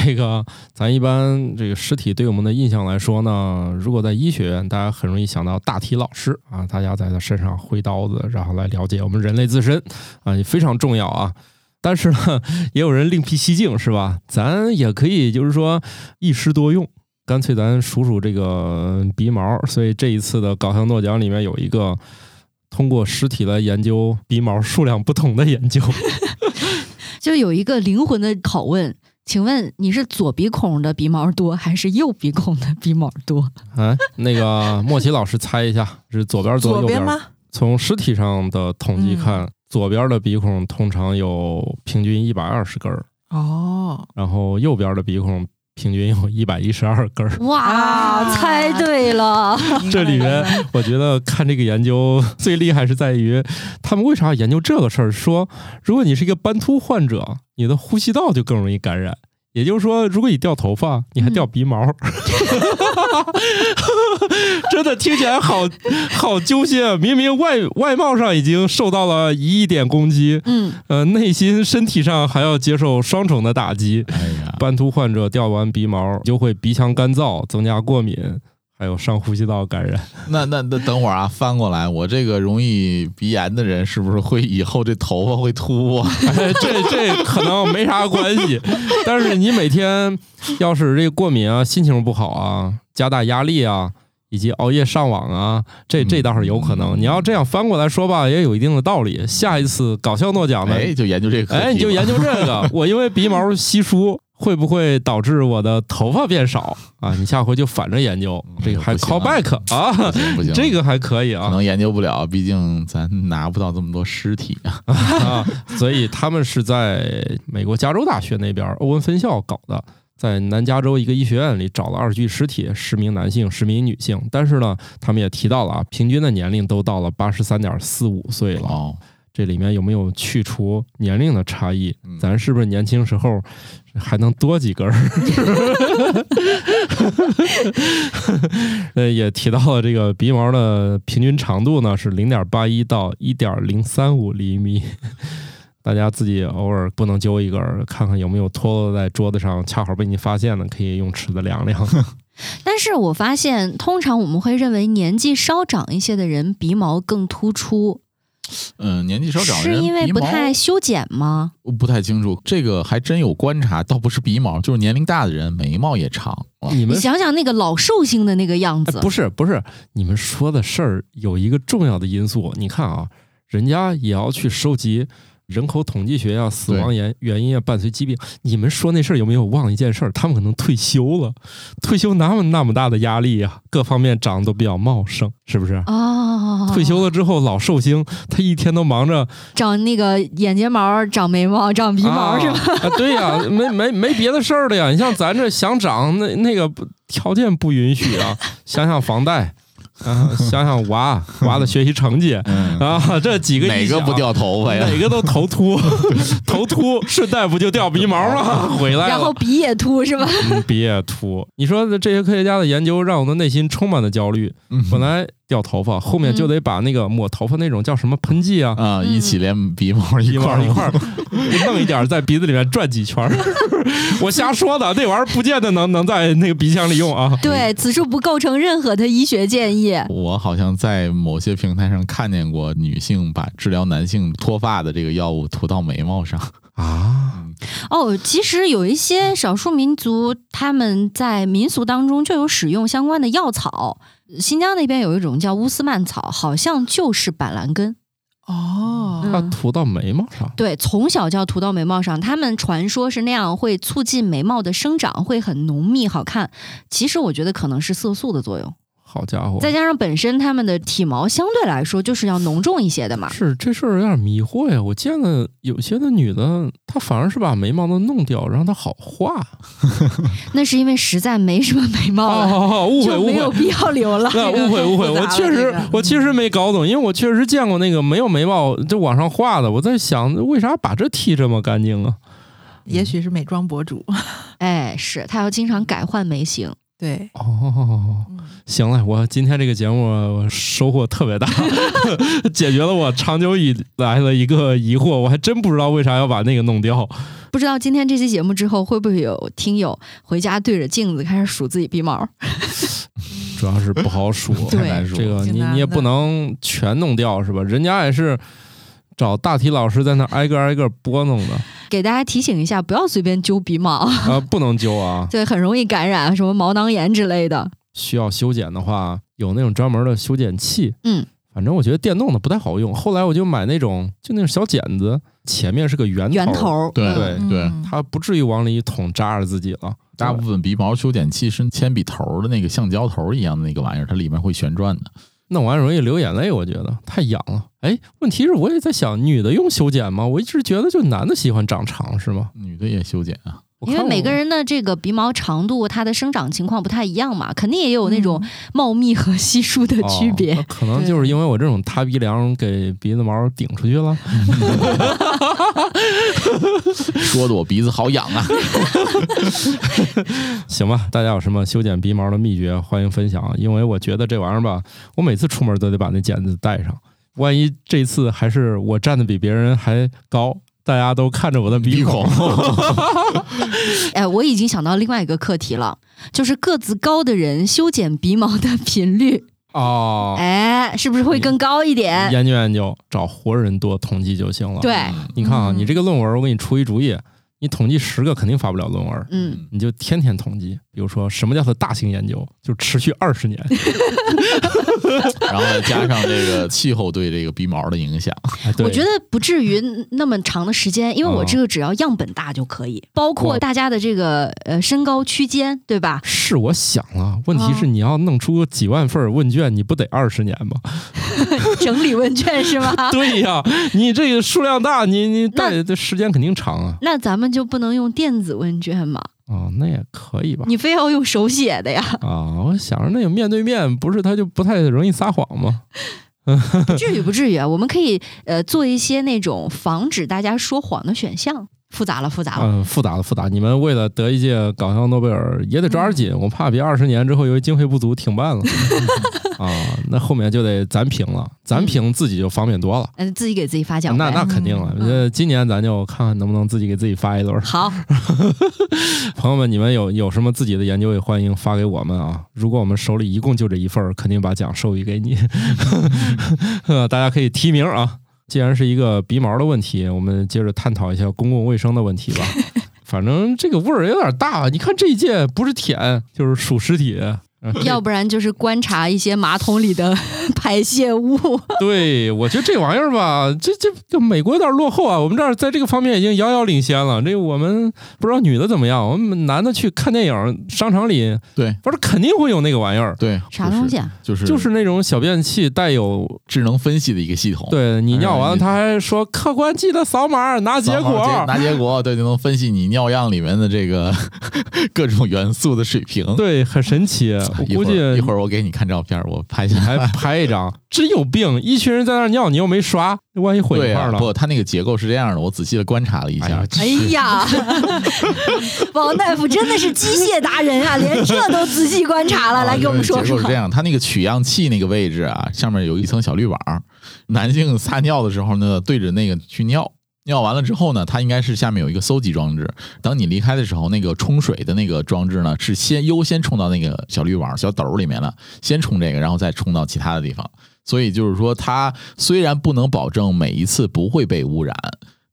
这个咱一般这个尸体对我们的印象来说呢，如果在医学院，大家很容易想到大体老师啊，大家在他身上挥刀子，然后来了解我们人类自身啊，也非常重要啊。但是呢，也有人另辟蹊径，是吧？咱也可以就是说一师多用。干脆咱数数这个呃鼻毛，所以这一次的搞笑诺奖里面有一个通过尸体来研究鼻毛数量不同的研究。
就有一个灵魂的拷问：请问你是左鼻孔的鼻毛多，还是右鼻孔的鼻毛多？
<laughs> 哎，那个莫奇老师猜一下，是左边儿左
左
右边
边
儿？
吗？
从尸体上的统计
嗯
看，左边的鼻孔通常有平均一百二十根儿，
哦，
然后右边的鼻孔平均有一百一十二根儿。
哇，
啊
猜对了！
这里面，我觉得看这个研究 <laughs> 最厉害是在于，他们为啥要研究这个事儿？说如果你是一个斑秃患者，你的呼吸道就更容易感染。也就是说，如果你掉头发，你还掉鼻毛， <laughs> 真的听起来好好揪心啊！明明外外貌上已经受到了一亿点攻击，
嗯，
呃，内心身体上还要接受双重的打击。
哎呀，
斑秃患者掉完鼻毛就会鼻腔干燥，增加过敏，还有上呼吸道感染。
那那那等会儿啊，翻过来，我这个容易鼻炎的人是不是会以后这头发会秃啊？
哎 <laughs> 这这可能没啥关系，但是你每天要是这个过敏啊，心情不好啊，加大压力啊，以及熬夜上网啊，这这倒是有可能。
嗯
你要这样翻过来说吧，也有一定的道理。下一次搞笑诺奖呢，
哎，就研究这个课题吧，
哎，你就研究这个，我因为鼻毛稀疏。会不会导致我的头发变少啊？你下回就反着研究，这个还
不行啊
call back 啊
不，行不行，
<laughs> 这个还可以
可
啊
能研究不了，毕竟咱拿不到这么多尸体啊。
啊，所以他们是在美国加州大学那边欧文分校搞的，在南加州一个医学院里找了二具尸体，十名男性，十名女性。但是呢，他们也提到了啊，平均的年龄都到了八十三点四五岁了。
哦，
这里面有没有去除年龄的差异
嗯？
咱是不是年轻时候还能多几根儿？ <laughs> 呃，也提到了这个鼻毛的平均长度呢是零点八一到一点零三五厘米。大家自己偶尔不能揪一根儿，看看有没有脱落在桌子上，恰好被你发现的，可以用尺子量量。
但是我发现，通常我们会认为年纪稍长一些的人鼻毛更突出，
嗯，年纪稍长的
是
人
因为
鼻
不
毛
太修剪吗？
我不太清楚，这个还真有观察，倒不是鼻毛，就是年龄大的人眉毛也长了。
你
你
们
想想那个老寿星的那个样
哎
子，
不是不是，你们说的事儿有一个重要的因素，你看啊，人家也要去收集人口统计学呀、死
对
亡原原因啊、伴随疾病。你们说那事儿有没有忘一件事儿？他们可能退休了，退休哪有那么大的压力呀、各方面长得都比较茂盛，是不是？
哦，
退休了之后，老寿星他一天都忙着
长那个眼睫毛、长眉毛、长鼻毛、
啊
是吧？
啊，对呀、没没没别的事儿了呀。你像咱这想长，那那个不条件不允许啊。想想房贷，啊，想想娃娃的学习成绩
嗯，
啊，这几个一
哪个
想
不掉头发呀？
哪个都头
<laughs>
秃，头秃，顺带不就掉鼻毛吗？回来了，
然后鼻也秃是吧？
<laughs> 嗯鼻也秃。你说这些科学家的研究让我的内心充满了焦虑。
嗯
本来掉头发，后面就
嗯
得把那个抹头发那种叫什么喷剂啊，
<laughs> 啊，一起连鼻毛一
一
块
块
儿
儿一块儿 <laughs> 弄一点儿在鼻子里面转几 <laughs> 圈儿。我瞎说的，那玩意儿不见得能能在那个鼻腔里用啊。
对，此处不构成任何的医学建议。
<laughs> 我好像在某些平台上看见过女性把治疗男性脱发的这个药物涂到眉毛
<laughs>
上，
啊，
哦，其实有一些少数民族，他们在民俗当中就有使用相关的药草。新疆那边有一种叫乌斯曼草，好像就是板蓝根。
哦，
它
嗯
涂啊到眉毛上。
对，从小就要涂到眉毛上。他们传说是那样会促进眉毛的生长，会很浓密好看。其实我觉得可能是色素的作用，
好家伙，
再加上本身他们的体毛相对来说就是要浓重一些的嘛。
是这事儿有点迷惑呀。我见了有些的女的，她反而是把眉毛都弄掉，让它好画。
那是因为实在没什么眉毛了，
哦，误会
就
误
没有
会。
必要留了。
<laughs> 那误会误会，我
这个更复杂了
确
这
实
个
我确实没搞懂，因为我确实见过那个没有眉毛就往上画的，我在想为啥把这剃这么干净啊？
也许是美妆博主，
哎，是他要经常改换眉形。
对，
哦，
嗯
行了，我今天这个节目我收获特别大， <laughs> 解决了我长久以来的一个疑惑，我还真不知道为啥要把那个弄掉。
不知道今天这期节目之后，会不会有听友回家对着镜子开始数自己鼻毛？ <laughs>
主要是不好数，
对太嗯难
数
这个
挺
你
难
你也
的
不能全弄掉是吧？人家也是找大体老师在那挨个挨个拨弄的
给大家提醒一下，不要随便揪鼻毛， <laughs>
啊、不能揪啊。
对，很容易感染什么毛囊炎之类的。
需要修剪的话，有那种专门的修剪器，
嗯，
反正我觉得电动的不太好用。后来我就买那种就那种小剪子，前面是个圆
圆
头儿，
头，
对
嗯
哎对它不至于往里一捅扎着自己了。
大部分鼻毛修剪器是铅笔头儿的那个橡胶头儿一样的那个玩意儿，它里面会旋转的。
弄完容易流眼泪，我觉得太痒了。哎，问题是我也在想，女的用修剪吗？我一直觉得就男的喜欢长长是吗？
女的也修剪啊，
我
因为
看
每个
我
人的这个鼻毛长度，它的生长情况不太一样嘛，肯定也有那种茂密和稀疏的区别。
嗯哦那可能就是因为我这种塌鼻梁给鼻子毛顶出去了。
说的我鼻子好痒
<laughs>
啊。
<laughs> 行吧，大家有什么修剪鼻毛的秘诀，欢迎分享。因为我觉得这玩意儿吧，我每次出门都得把那剪子带上，万一这次还是我站的比别人还高，大家都看着我的鼻孔。
<laughs> 哎，我已经想到另外一个课题了，就是个子高的人修剪鼻毛的频率，
哦，
哎，是不是会更高一点？
研究研究，找活人多统计就行了。，
对，
你看啊，
嗯
你这个论文，我给你出一主意，你统计十个肯定发不了论文。
嗯，
你就天天统计，比如说什么叫做大型研究，就持续二十
<laughs>
年。
然后再加上这个气候对这个鼻毛的影响，
哎对
我觉得不至于那么长的时间，因为我
哦
这个只要样本大就可以，包括
我
大家的这个呃身高区间，
<laughs>
对吧？
是我想了，问
哦
题是你要弄出几万份儿问卷，你不得二十年吗？ <laughs>
整理问卷是吗？
对呀，你这个数量大，你你带的时间肯定长啊。
那咱们就不能用电子问卷吗？
哦，那也可以吧？
你非要用手写
<laughs>
的呀？
啊，我想着那个面对面，不是他就不太容易撒谎吗？
不至于，不至于啊！我们可以呃做一些那种防止大家说谎的选项。复杂了，复杂了。
嗯，复杂的复杂。你们为了得一届搞笑诺贝尔，也得抓点紧，我怕别二十年之后由于经费不足停办了啊。那后面就得咱评了，咱评自己就方便多了。
嗯、自己给自己发奖
那
呗。
那肯定了，
嗯
呃，今年咱就看看能不能自己给自己发一轮儿。
好，
朋友们，你们有有什么自己的研究，也欢迎发给我们啊！如果我们手里一共就这一份儿，肯定把奖授予给你。呃， <laughs> 大家可以提名啊！既然是一个鼻毛的问题，我们接着探讨一下公共卫生的问题吧。反正这个味儿有点大，你看这一届不是舔就是数尸体，呃
要不然就是观察一些马桶里的 <laughs> 排泄物。
对，我觉得这玩意儿吧，这这这美国有点落后啊，我们这儿在这个方面已经遥遥领先了。这我们不知道女的怎么样，我们男的去看电影，商场里
对
不是肯定会有那个玩意儿，
对，
啥东西啊？
就是
就
就是
那种小便器带有。
智能分析的一个系统。
对你尿完了，
哎
他还说客官记得扫码拿结
扫码
果。
拿结果，对，就能分析你尿样里面的这个 <laughs> 各种元素的水平。啊
对，很神奇。我
一
估
会
计
儿一会儿我给你看照片，我拍下
还
来。
拍一张，真有病！一群人在那儿尿，你又没刷，万一混
对
一块
啊
儿，了。
不，它那个结构是这样的，我仔细的观察了一
哎呀
下，
哎
<laughs>
呀，王大夫真的是机械达人啊，连这都仔细观察了，
啊
来给
就
我们
是
说
结
说
构是。这样，它那个取样器那个位置啊，上面有一层小滤网儿，男性撒尿的时候呢，对着那个去尿。尿完了之后呢，它应该是下面有一个搜集装置。等你离开的时候，那个冲水的那个装置呢，是先优先冲到那个小滤网、小斗儿里面了，先冲这个，然后再冲到其他的地方。所以就是说，它虽然不能保证每一次不会被污染，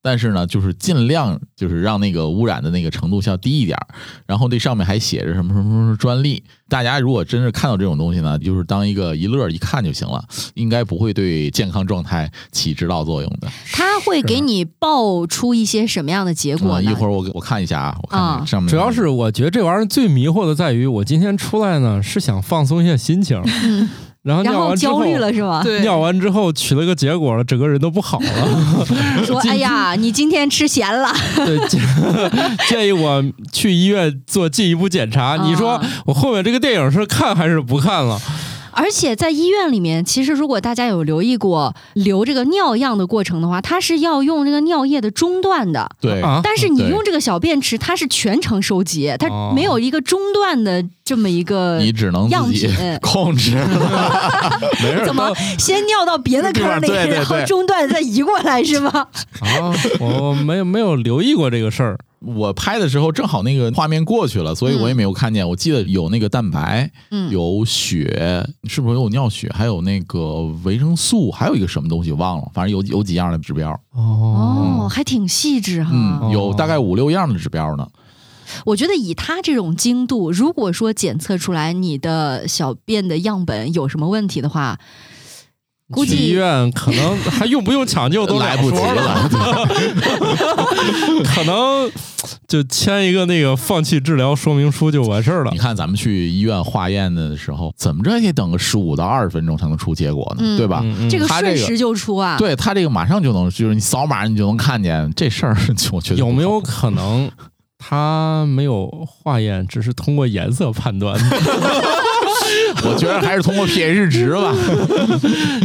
但是呢，就是尽量就是让那个污染的那个程度要低一点儿。然后这上面还写着什么什么什么专利。大家如果真是看到这种东西呢，就是当一个一乐儿一看就行了，应该不会对健康状态起指导作用的。
他会给你报出一些什么样的结果
嗯
呢？
一会儿我给我看一下啊，我看
啊
看上面
主要是我觉得这玩意儿最迷惑的在于，我今天出来呢是想放松一下心情，
嗯
然后
然
尿
后
完之
焦
后
虑了是吧？
对，
尿完之后取了个结果了，整个人都不好
<laughs>
了。
说哎呀，你今天吃咸了。
对，建建议我去医院做进一步检查。你说
啊
我后面这个电影是看还是不看了？
而且在医院里面，其实如果大家有留意过留这个尿样的过程的话，它是要用这个尿液的中断的。
对
啊，
但是你
对
用这个小便池，它是全程收集，它
哦
没有一个中断的这么一个
你只能
呃样
自己
品。
<laughs> 控制了，没事儿
<laughs> <laughs>
<laughs>
怎么先尿到别的坑里，
对对对
然后
对
中断再移过来是吗？
啊，我没有没有留意过这个事儿。
我拍的时候正好那个画面过去了，所以我也没有看见。我记得有那个蛋白，
<laughs> 嗯
有血，是不是有尿血？还有那个维生素，还有一个什么东西忘了，反正有有几样的指标，
哦，，还挺细致哈。
嗯，有大概五六样的指标呢。
我觉得以它这种精度，如果说检测出来你的小便的样本有什么问题的话，估
去医
计
院可能还用不用抢救都
来不及
两说了，
<laughs> 了。
可能就签一个那个放弃治疗说明书就完事儿了
你。看咱们去医院化验的时候，怎么着也得等个十五到二十分钟才能出结果呢，
嗯
对吧？
嗯嗯
这个
他这
瞬
个
时就出啊。
对他这个马上就能，就是你扫码你就能看见这事儿，就我觉得
有没有
不
可能他没有化验，只是通过颜色判
<laughs>
断？
好？我觉得还是通过 pH 值吧，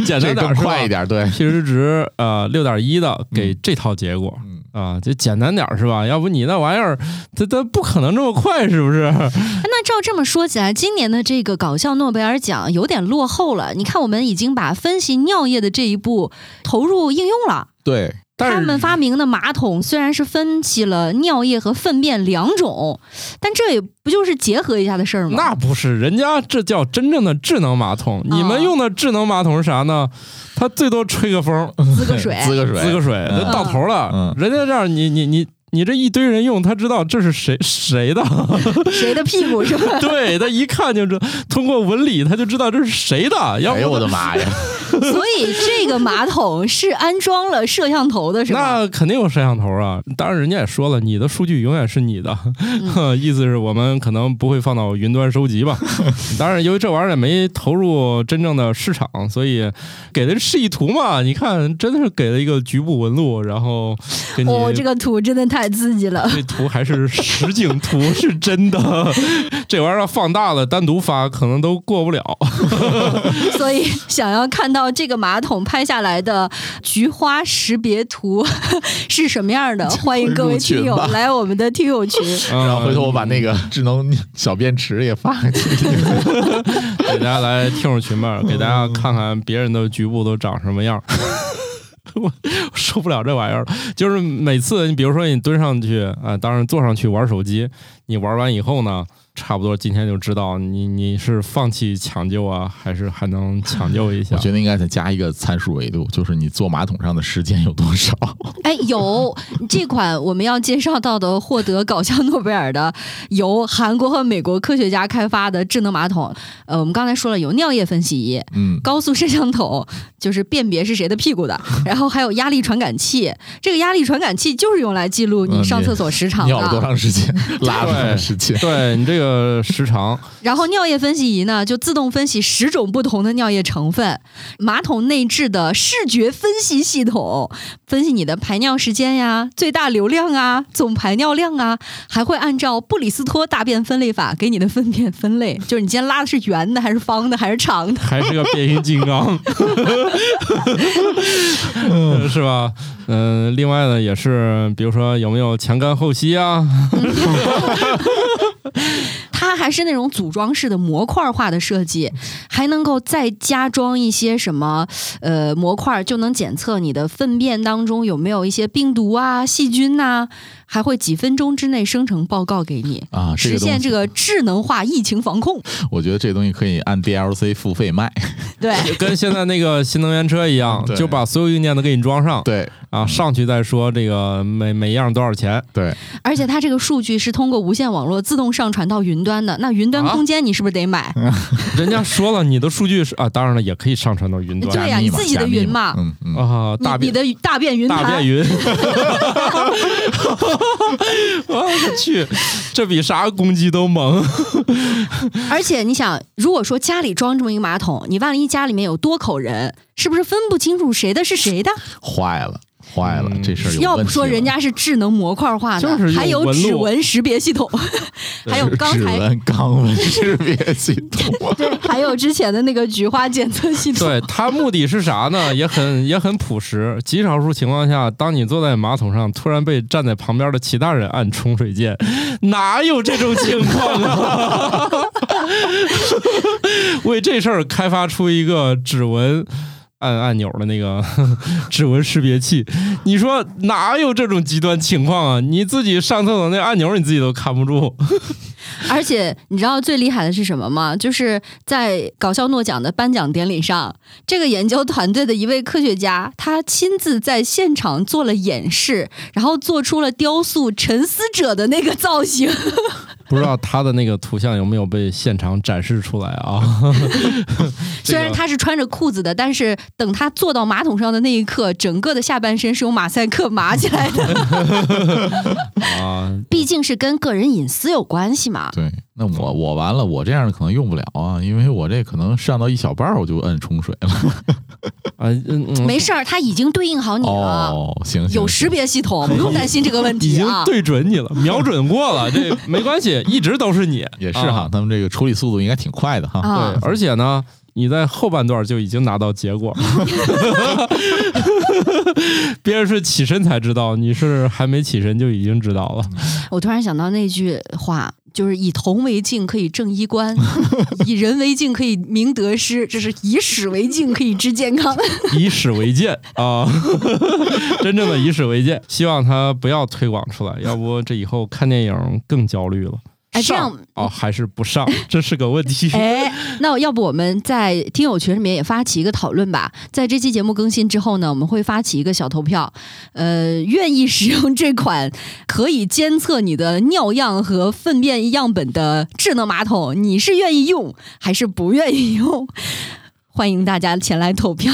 简
这
单点
更
儿啊是吧
快一点。对，
，pH 值呃六点一的给这套结果。
嗯
啊，就简单点儿是吧？要不你那玩意儿，它它不可能这么快，是不
<laughs>
是？
那照这么说起来，今年的这个搞笑诺贝尔奖有点落后了。你看，我们已经把分析尿液的这一步投入应用了。
对，
但是
他们发明的马桶虽然是分析了尿液和粪便两种，但这也不就是结合一下的事儿
<laughs>
吗？
那不是，人家这叫真正的智能马
哦
桶。你们用的智能马桶是啥呢？它最多吹个风，
滋个水，
滋个水，
滋个水，
嗯
那到头了
嗯。
人家这样，你你你你这一堆人用，他知道这是谁谁的，
谁的屁股是
<laughs>
<laughs>
吧？
对他一看就知，通过纹理他就知道这是谁的。要
哎呦
不
我的妈呀！
所以这个马桶是安装了摄像头的，是吧？
那肯定有摄像头啊！当然，人家也说了，你的数据永远是你的，<laughs>
嗯
意思是我们可能不会放到云端收
<laughs>
集吧。当然，由于这玩意儿也没投入真正的市场，所以给的示意图嘛，你看真的是给了一个局部纹路，然后给你
哦，这个图真的太刺激了。
<laughs> 这图还是实景图，是真
<laughs>
的。这玩意儿放大了单独发，可能都过不了。
所以想要看到这个马桶拍下来的菊花识别图 <laughs> 是什么样的，欢迎各位听友
入群吧
来我们的听友群。
然
然后回头我把那个智能小便池也发给你。
给大家来听友群吧，给大家看看别人的局部都长什么
<laughs>
样。我受不了这玩意儿了，就是每次你比如说你蹲上去啊、当然坐上去玩手机，你玩完以后呢，差不多今天就知道你你是放弃抢救啊，还是还能抢救一下
<laughs>
<laughs>
我。觉得应该再加一个参数维度，就是你坐马桶上的时间有多少。
哎，有这款我们要介绍到的获得搞笑诺贝尔的，由韩国和美国科学家开发的智能马桶。呃，我们刚才说了，有尿液分析仪、
<laughs> 嗯，
高速摄像头，就是辨别是谁的屁股的，然后还有压力传感器。这个压力传感器就是用来记录你
嗯
上
你
厕所时长的。
尿了多长时间，拉了多长时间。
对你这个时长，
然后尿液分析仪呢，就自动分析十种不同的尿液成分，马桶内置的视觉分析系统，分析你的排尿时间呀、最大流量啊、总排尿量啊，还会按照布里斯托大便分类法给你的粪便分类，就是你今天拉的是圆的还是方的还是长的。
还是个变形金
<laughs>
刚，是吧？嗯、另外呢，也是比如说有没有前干后吸啊，
它还是那种组装式的模块化的设计，还能够再加装一些什么呃模块，就能检测你的粪便当中有没有一些病毒啊、细菌呐、还会几分钟之内生成报告给你。
啊，这
实
个东
现这
西，
个智能化疫情防控，
我觉得这东西可以按 DLC 付费卖。，
对，
<laughs> 跟现在那个新能源车一样
对
就把所有硬件都给你装上，
对
啊，上去再说这个每每样多少
<laughs>
钱。
对，
而且它这个数据是通过无线网络自动上传到云端的。那云端
啊
空间你是不是得买？
人家说了，你的数据是啊，当然了，也可以上传到云端
哎对呀
加密嘛
你自己的
加密
云嘛
嗯嗯，
啊，大
你
便
你的大便云
大
盘
便，云。 <laughs> 我去，这比啥攻击都猛。
而且你想，如果说家里装这么一个马桶，你万一家里面有多口人，是不是分不清楚谁的是谁的？
坏了坏了，
嗯
这事儿有
要
问
不
题
说人
了
家是智能模块化的，
就是用
还有
纹
指
路
纹识别系统，还有刚
指
才
纹、肛门识别系
<laughs>
统，啊
对， <laughs> 还有之前的那个菊花检
<laughs>
测系统。
对它目的是啥呢？ <laughs> 也很也很朴实。极少数情况下，当你坐在马桶上，突然被站在旁边的其他人按冲水键， <laughs> 哪有这种情况啊？ <laughs> 为这事儿开发出一个指纹。按按钮的那个 <laughs> 指纹识别器，你说哪有这种极端情况啊？你自己上厕所那按钮你自己都看不住，
而且你知道最厉害的是什么吗？就是在搞笑诺奖的颁奖典礼上，这个研究团队的一位科学家，他亲自在现场做了演示，然后做出了雕塑沉思者的那个造型。
不知道他的那个图像有没有被现场展示出来 <laughs> 啊？
虽然
这个
他是穿着裤子的，但是等他坐到马桶上的那一刻，整个的下半身是用马赛克码起来的，
<laughs> 啊，
毕竟是跟个人隐私有关系嘛。
对，那我我完了，我这样的可能用不了啊，因为我这可能上到一小半儿我就摁冲水
嗯
了。
啊，嗯嗯，
没事儿，他已经对应好你了，
哦，行，行
有识
行
别系统，不用担心这个问
已
题
经
啊。
对准你了，
<laughs>
瞄准过了，这没关系，一直都是你，
也是哈，
啊
他们这个处理速度应该挺快的哈。
啊
对，，而且呢，你在后半段就已经拿到结果，
<laughs>
别人是起身才知道，你是还没起身就已经知道了。
我突然想到那句话，就是以铜为镜可以正衣
<laughs>
冠，以人为镜可以明得失，这是以史为镜可以知健康。
以史为鉴啊， <laughs> 真正的以史为鉴。希望他不要推广出来，要不这以后看电影更焦虑了。
哎这样
上哦，还是不
<laughs>
上，这是个问题。 <laughs>
哎，那要不我们在听友群里面也发起一个讨论吧。在这期节目更新之后呢，我们会发起一个小投票，呃，愿意使用这款可以监测你的尿样和粪便样本的智能马桶，你是愿意用还是不愿意用？ <laughs> 欢迎大家前来投票。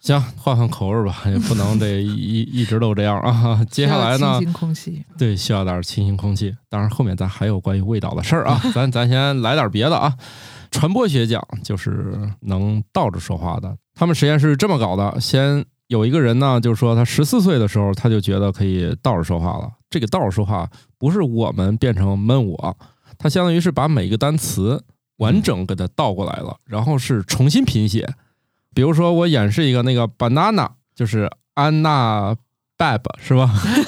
行，换换口味吧，也不能这一一一直都这样啊。接下来
需要
呢
清，新空气，
对，需要点儿清新空气。当然，后面咱还有关于味道的事儿啊，咱咱先来点儿别的啊。传播学讲就是能倒着说话的，他们实验室这么搞的：先有一个人呢，就是说他十四岁的时候，他就觉得可以倒着说话了。这个倒着说话不是我们变成闷我，他相当于是把每个单词完整给它倒过来了，然后是重新拼写。比如说，我演示一个那个 banana，就是安娜 bab 是吧？ <laughs>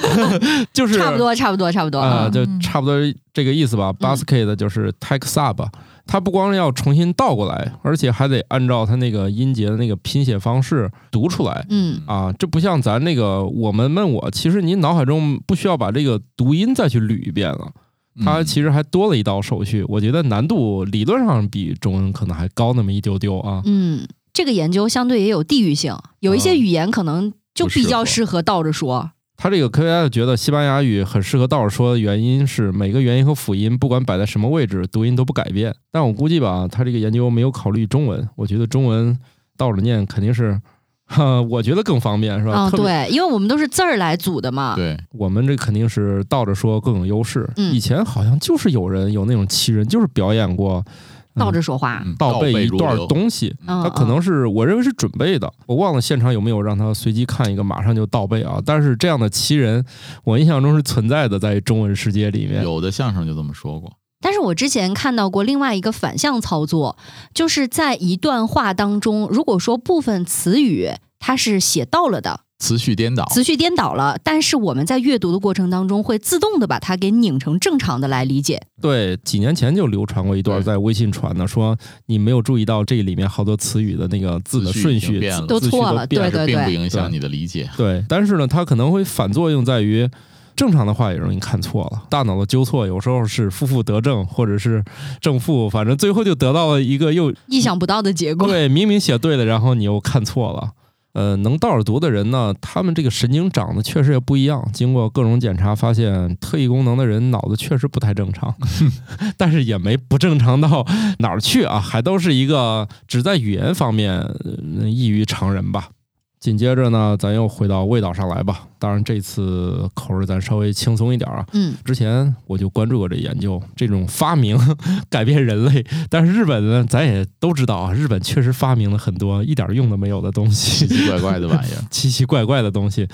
就是
差不多，差不多，差不多。
啊、
嗯
就
嗯
差不多这个意思吧。Basket 就是 tech sub，它不光要重新倒过来，而且还得按照它那个音节的那个拼写方式读出来
嗯，
啊。这不像咱那个我们问我，其实您脑海中不需要把这个读音再去捋一遍了，它
嗯
其实还多了一道手续。我觉得难度理论上比中文可能还高那么一丢丢啊。
嗯，这个研究相对也有地域性，有一些语言可能就
不适
比较
合
适合倒着说。
他这个科学家就觉得西班牙语很适合倒着说的原因是，每个元音和辅音不管摆在什么位置，读音都不改变。但我估计吧，他这个研究没有考虑中文，我觉得中文倒着念肯定是， <laughs> 哈，我觉得更方便是吧？
嗯，
啊特别，
对，因为我们都是字儿来组的嘛。
对，
我们这肯定是倒着说更有优势。
嗯
以前好像就是有人有那种奇人，就是表演过
倒着说话。
嗯
倒背一
如
段
流
东西，
嗯，
他可能是我认为是准备的，我忘了现场有没有让他随机看一个马上就倒背啊。但是这样的奇人，我印象中是存在的，在中文世界里面。
有的相声就这么说过。
但是我之前看到过另外一个反向操作，就是在一段话当中，如果说部分词语它是写到了的，
词序颠倒，
词序颠倒了，但是我们在阅读的过程当中会自动的把它给拧成正常的来理解。
对，几年前就流传过一段
对
在微信传的，说你没有注意到这里面好多词语的那个字的
字序
顺
已经
序
变了
字字序
都错了
变
对
但是并不
对
影响你的理解。
对，但是呢，它可能会反作用在于。正常的话也容易看错了，大脑的纠错有时候是负负得正，或者是正负，反正最后就得到了一个又
意想不到的结果，
对，明明写对了，然后你又看错了。呃，能倒着读的人呢，他们这个神经长得确实也不一样。经过各种检查，发现特异功能的人脑子确实不太正常，但是也没不正常到哪儿去啊，还都是一个只在语言方面、呃异于常人吧。紧接着呢，咱又回到味道上来吧。当然，这次口味咱稍微轻松一点啊。
嗯，
之前我就关注过这研究，这种发明 <laughs> 改变人类，但是日本呢，咱也都知道啊，日本确实发明了很多一点用都没有的东
奇
西， <laughs>
奇怪怪的玩意儿，
奇奇怪怪的东西。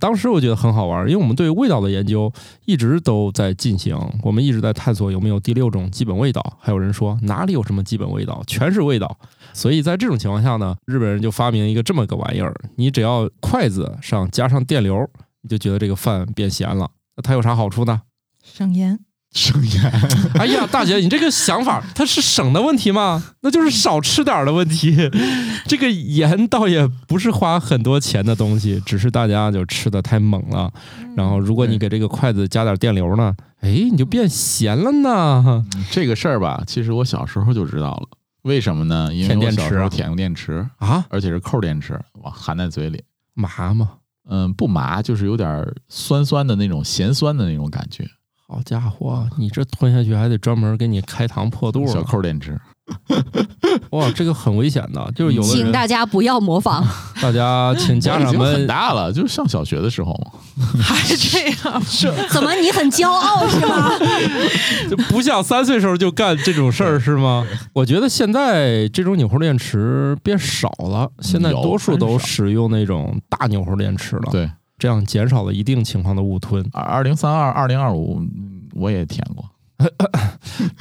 当时我觉得很好玩，因为我们对味道的研究一直都在进行，我们一直在探索有没有第六种基本味道。还有人说哪里有什么基本味道，全是味道。所以在这种情况下呢，日本人就发明一个这么个玩意儿，你只要筷子上加上电流，你就觉得这个饭变咸了。那它有啥好处呢？
省盐。
生厌。
<laughs> 哎呀，大姐，你这个想法，它是省的问题吗？那就是少吃点儿的问题。 <laughs> 这个盐倒也不是花很多钱的东西，只是大家就吃的太猛了。然后，如果你给这个筷子加点电流呢，哎，你就变咸了呢。
这个事儿吧，其实我小时候就知道了。为什么呢？因为
舔
我
电池
小时候
啊
舔过电池，
啊，
而且是扣电池，哇，含在嘴里，
麻吗？
嗯，不麻，就是有点酸酸的那种咸酸的那种感觉。
好家伙，你这吞下去还得专门给你开膛破肚
小
呢，
扣电池，
哇，这个很危险的。就是有的
请
人，
大家不要
<laughs>
模仿。
大家请家
我已
长
经很
们
大了，就是上小学的时候嘛。
还这样，
怎么你很骄傲是
<laughs>
吗？
就不像三岁时候就干这种事儿是吗？我觉得现在这种纽扣电池变少了，现在
有
多数
很
都
少
使用那种大纽扣电池了，
对，
这样减少了一定情况的误吞。
二二零三二、二零二五，我也舔过。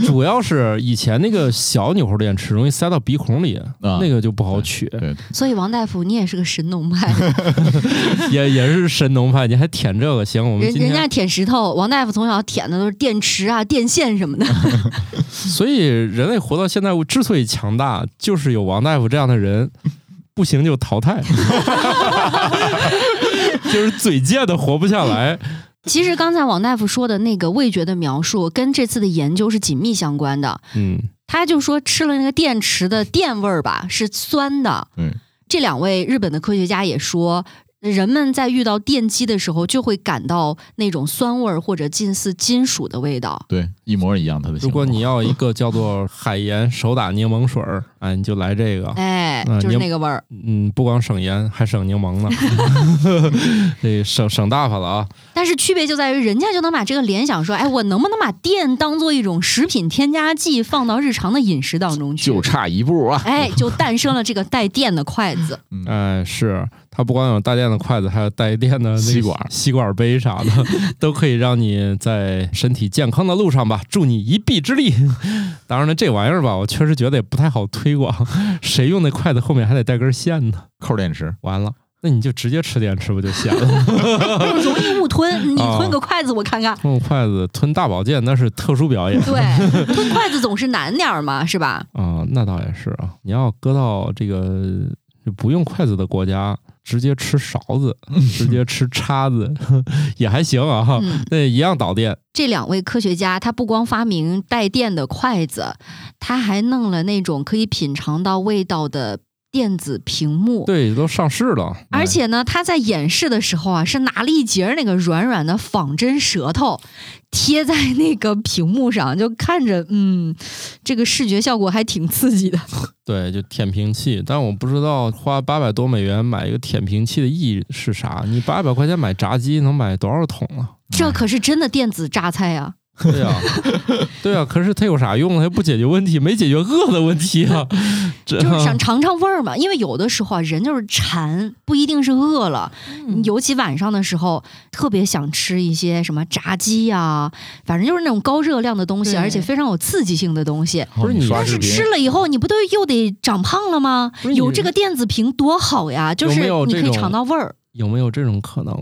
主要是以前那个小纽扣电池容易塞到鼻孔里，
啊
那个就不好取，
对，
所以王大夫，你也是个神农派，
也也是神农派，你还舔这个？行，我们
人
今
人家
天，
舔石头，王大夫从小舔的都是电池啊、电线什么的。
所以人类活到现在之所以强大，就是有王大夫这样的人，不行就淘汰， <laughs> 就是嘴贱的活不下来。
其
嗯
实刚才王大夫说的那个味觉的描述，跟这次的研究是紧密相关的。
嗯，
他就说吃了那个电池的电味儿吧，是酸的。
嗯，
这两位日本的科学家也说，人们在遇到电击的时候，就会感到那种酸味儿或者近似金属的味道。
对，一模一样。它的
如
形状
果你要一个叫做海盐手打柠檬水
<laughs>
儿，哎，你就来这个。
啊
哎
嗯，
就是
柠
那个味儿。
嗯，不光省盐，还省柠檬
<laughs>
呢，这省省大发了啊！
但是区别就在于，人家就能把这个联想说，哎，我能不能把电当做一种食品添加剂放到日常的饮食当中去
就？差一步啊，
哎，就诞生了这个带电的筷子。
哎，是它不光有带电的筷子，还有带电的那个
吸管
吸管杯啥的， <laughs> 都可以让你在身体健康的路上吧，助你一臂之力。当然了，这玩意儿吧，我确实觉得也不太好推广，谁用那筷子后面还得带根线呢？
扣电池。
完了，那你就直接吃电池不就行了？
容易误吞，你
<laughs> 哦
吞个筷子我看看。
用筷子吞大保健那是特殊表演。
<laughs>
<laughs>
对，吞筷子总是难点儿嘛，是吧？
啊、那倒也是啊。你要搁到这个就不用筷子的国家，直接吃勺子，直接吃叉子 <laughs> 也还行啊
嗯，
那一样导电。
这两位科学家，他不光发明带电的筷子，他还弄了那种可以品尝到味道的电子屏幕。
对，都上市了，
而且呢，他在演示的时候啊，是拿了一截儿那个软软的仿真舌头贴在那个屏幕上，就看着，嗯，这个视觉效果还挺刺激的。
对，就舔屏器。但我不知道花八百多美元买一个舔屏器的意义是啥。你八百块钱买炸鸡能买多少桶啊？
这可是真的电子榨菜啊！
对
<laughs>
呀、对呀、可是它有啥用啊？它不解决问题，没解决饿的问题啊。这
就是想尝尝味儿嘛。因为有的时候啊，人就是馋，不一定是饿了，
嗯
尤其晚上的时候，特别想吃一些什么炸鸡呀、反正就是那种高热量的东西，
对
而且非常有刺激性的东西。
不是你
刷
但
视
是
频，
吃了以后，你不都又得长胖了吗
<laughs> 不是？你
有这个电子屏多好呀！就
有
是
没有
你可
这
以
种
尝到味儿。
有没有这种可能？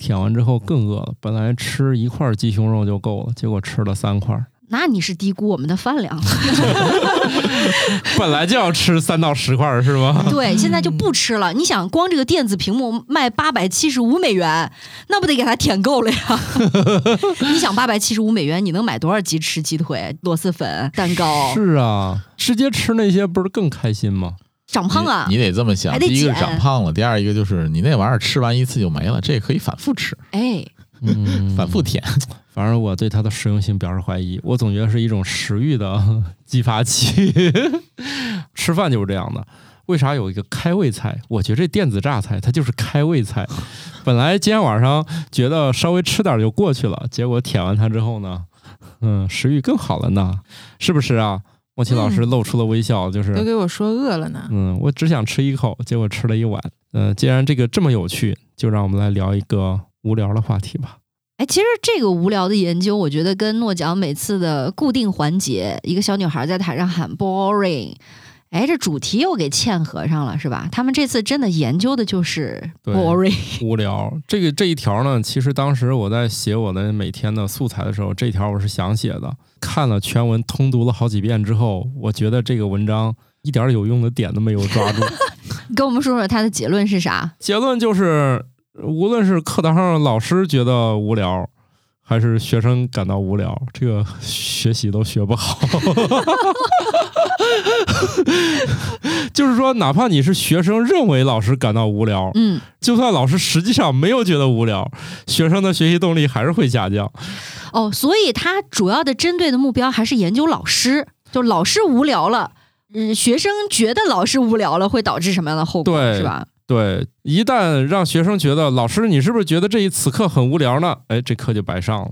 舔完之后更饿了，本来吃一块鸡胸肉就够了，结果吃了三块，
那你是低估我们的饭量。
本来就要吃三到十块是
<laughs>
吗？
对，现在就不吃了。你想，光这个电子屏幕卖八百七十五美元，那不得给它舔够了呀？ <laughs> 你想，八百七十五美元，你能买多少鸡翅、鸡腿、螺蛳粉、蛋糕？
是啊，直接吃那些不是更开心吗？
长胖啊！
你得这么想，
还得
第一个
减
是长胖了，第二一个就是你那玩意儿吃完一次就没了，这个可以反复吃，
哎，
嗯，
反复舔。
反正我对它的实用性表示怀疑，我总觉得是一种食欲的 <laughs> 激发器。 <laughs> 吃饭就是这样的，为啥有一个开胃菜？我觉得这电子榨菜它就是开胃菜。本来今天晚上觉得稍微吃点就过去了，结果舔完它之后呢，嗯，食欲更好了呢，是不是啊？莫奇老师露出了微笑，就是
都给我说饿了呢。
嗯，我只想吃一口，结果吃了一碗。嗯、既然这个这么有趣，就让我们来聊一个无聊的话题吧。
哎，其实这个无聊的研究，我觉得跟诺奖每次的固定环节，一个小女孩在台上喊 “boring”，哎，这主题又给嵌合上了，是吧？他们这次真的研究的就是
对
boring。
无聊。这个这一条呢，其实当时我在写我的每天的素材的时候，这条我是想写的。看了全文通读了好几遍之后，我觉得这个文章一点有用的点都没有抓住。
跟我们说说它的结论是啥？
结论就是，无论是课堂上老师觉得无聊，还是学生感到无聊，这个学习都学不好。 <laughs> 就是说，哪怕你是学生认为老师感到无聊，
嗯，
就算老师实际上没有觉得无聊，学生的学习动力还是会下降。
哦，所以他主要的针对的目标还是研究老师，就老师无聊了，嗯，学生觉得老师无聊了会导致什么样的后果，
对
是吧？
对，一旦让学生觉得老师，你是不是觉得这一此课很无聊呢？哎，这课就白上了。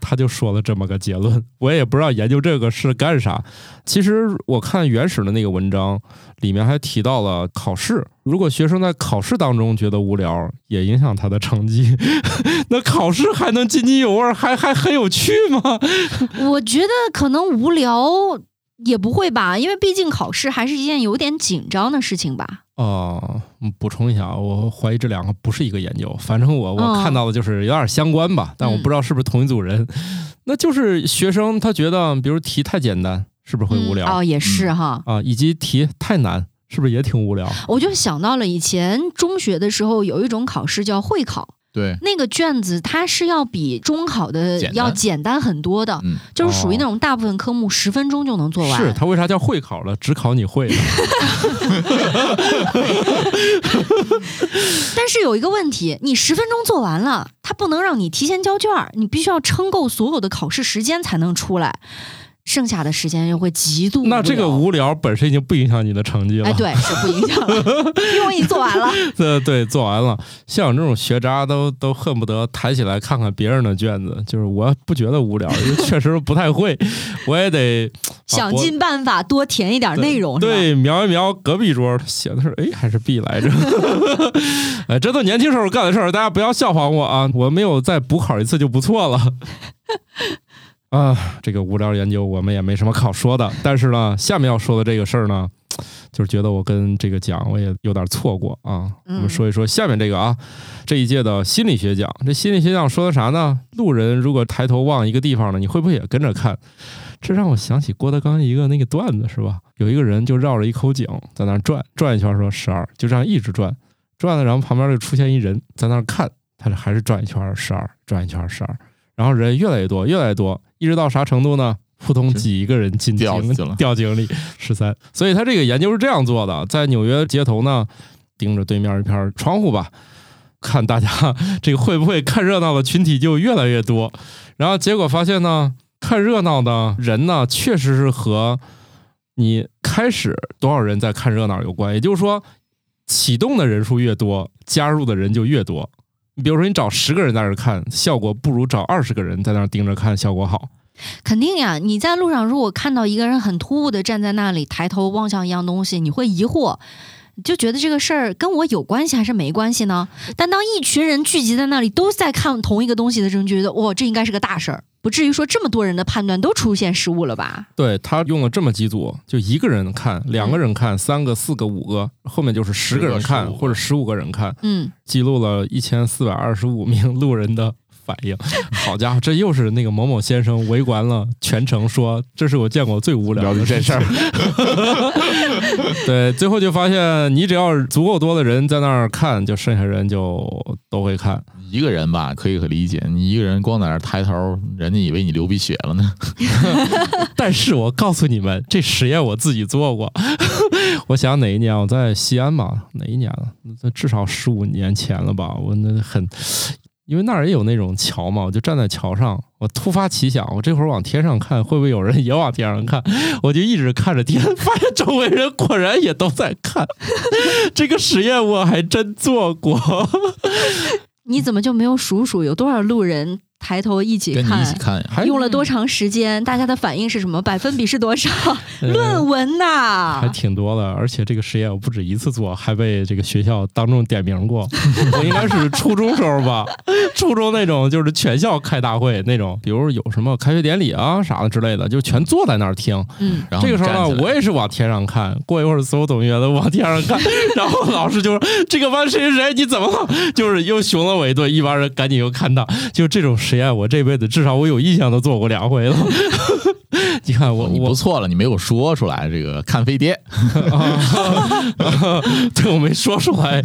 他就说了这么个结论，我也不知道研究这个是干啥。其实我看原始的那个文章里面还提到了考试，如果学生在考试当中觉得无聊，也影响他的成绩。 <laughs> 那考试还能津津有味儿，还还很有趣吗？
我觉得可能无聊也不会吧，因为毕竟考试还是一件有点紧张的事情吧。
哦，嗯补充一下，我怀疑这两个不是一个研究，反正我我
嗯
看到的就是有点相关吧，但我不知道是不是同一组人。那就是学生他觉得，比如题太简单，是不是会无聊、
嗯、哦，也是哈。
啊？以及题太难，是不是也挺无聊？
我就想到了以前中学的时候有一种考试叫会考，
对，
那个卷子它是要比中考的
简单
要简单很多的，
嗯，
就是属于那种大部分科目十分钟就能做完。
哦是他为啥叫会考了？只考你
<laughs>
会的
但是有一个问题，你十分钟做完了，它不能让你提前交卷儿，你必须要撑够所有的考试时间才能出来，剩下的时间又会极度无
那这个
聊
无聊本身已经不影响你的成绩了。
哎，对，是不影响了，因为你做完了。
<laughs> 对对，做完了。像我这种学渣都都恨不得抬起来看看别人的卷子，就是我不觉得无聊，因为确实不太会，我也得
想
我
尽办法多填一点内容，是吧？
对瞄一瞄隔壁桌写的是 A 还是 B 来着？ <laughs> 哎，这都年轻时候干的事儿，大家不要效仿我啊！我没有再补考一次就不错了。 <laughs> 啊，这个无聊研究我们也没什么好说的，但是呢，下面要说的这个事儿呢，就是觉得我跟这个奖我也有点错过啊。
嗯
我们说一说下面这个啊，这一届的心理学奖，这心理学奖说的啥呢？路人如果抬头望一个地方呢，你会不会也跟着看？这让我想起郭德纲一个那个段子是吧？有一个人就绕着一口井在那儿转转一圈，说十二，就这样一直转，转了，然后旁边就出现一人在那儿看，他这还是转一圈十二，转一圈十二，然后人越来越多，越来越多，一直到啥程度呢？扑通挤一个人进
掉
井
进了
掉井
<laughs>
里，十三。所以他这个研究是这样做的，在纽约街头呢，盯着对面一片窗户吧，看大家 <laughs> 这个会不会看热闹的群体就越来越多，然后结果发现呢，看热闹的人呢，确实是和你开始多少人在看热闹有关。也就是说，启动的人数越多，加入的人就越多。你比如说，你找十个人在那儿看，效果不如找二十个人在那儿盯着看效果好。
肯定呀！你在路上如果看到一个人很突兀的站在那里，抬头望向一样东西，你会疑惑，你就觉得这个事儿跟我有关系还是没关系呢？但当一群人聚集在那里，都在看同一个东西的时候，你就觉得哇，这应该是个大事儿，不至于说这么多人的判断都出现失误了吧？
对他用了这么几组，就一个人看，两个人看，三个、四个、五个，后面就是十个人看
15个
或者十五个人看，
嗯，
记录了一千四百二十五名路人的反应。 <laughs> 好家伙，这又是那个某某先生围观了全程说，这是我见过最无聊的事儿。 <laughs> 对，最后就发现，你只要足够多的人在那儿看，就剩下人就都会看。
一个人吧可以可理解，你一个人光在那儿抬头，人家以为你流鼻血了呢。
但是我告诉你们，这实验我自己做过。 <laughs> 我想哪一年我在西安吧，哪一年了？那至少十五年前了吧？我那很，因为那儿也有那种桥嘛，我就站在桥上，我突发奇想，我这会儿往天上看，会不会有人也往天上看？ <laughs> 我就一直看着天， <laughs> 发现周围人果然也都在看。 <laughs> 这个实验我还真做过。 <laughs>
你怎么就没有数数有多少路人抬头一起
跟你
看？
一起看呀，
还
用了多长时间？大家的反应是什么？百分比是
<laughs>
多少？
呃
论文
啊
呐、
还挺多的，而且这个实验我不止一次做，还被这个学校当众点名
<laughs>
过。我应该是初中时候吧，初中那种就是全校开大会那种，比如有什么开学典礼啊啥的之类的，就全坐在那儿听。
嗯，
然后
这个时候
你站起
呢，
来
我也是往天上看，过一会儿所有同学都往天上
<laughs>
看，然后老师就说：“这个班谁谁谁，你怎么了？”就是又熊了我一顿，一帮人赶紧又看他。就这种实验，我这辈子至少我有印象都做过两回了。 <laughs> 你看我
哦你
我
不错了，你没有说出来这个看
<laughs>
飞碟，
啊， <laughs> 对我没说出来。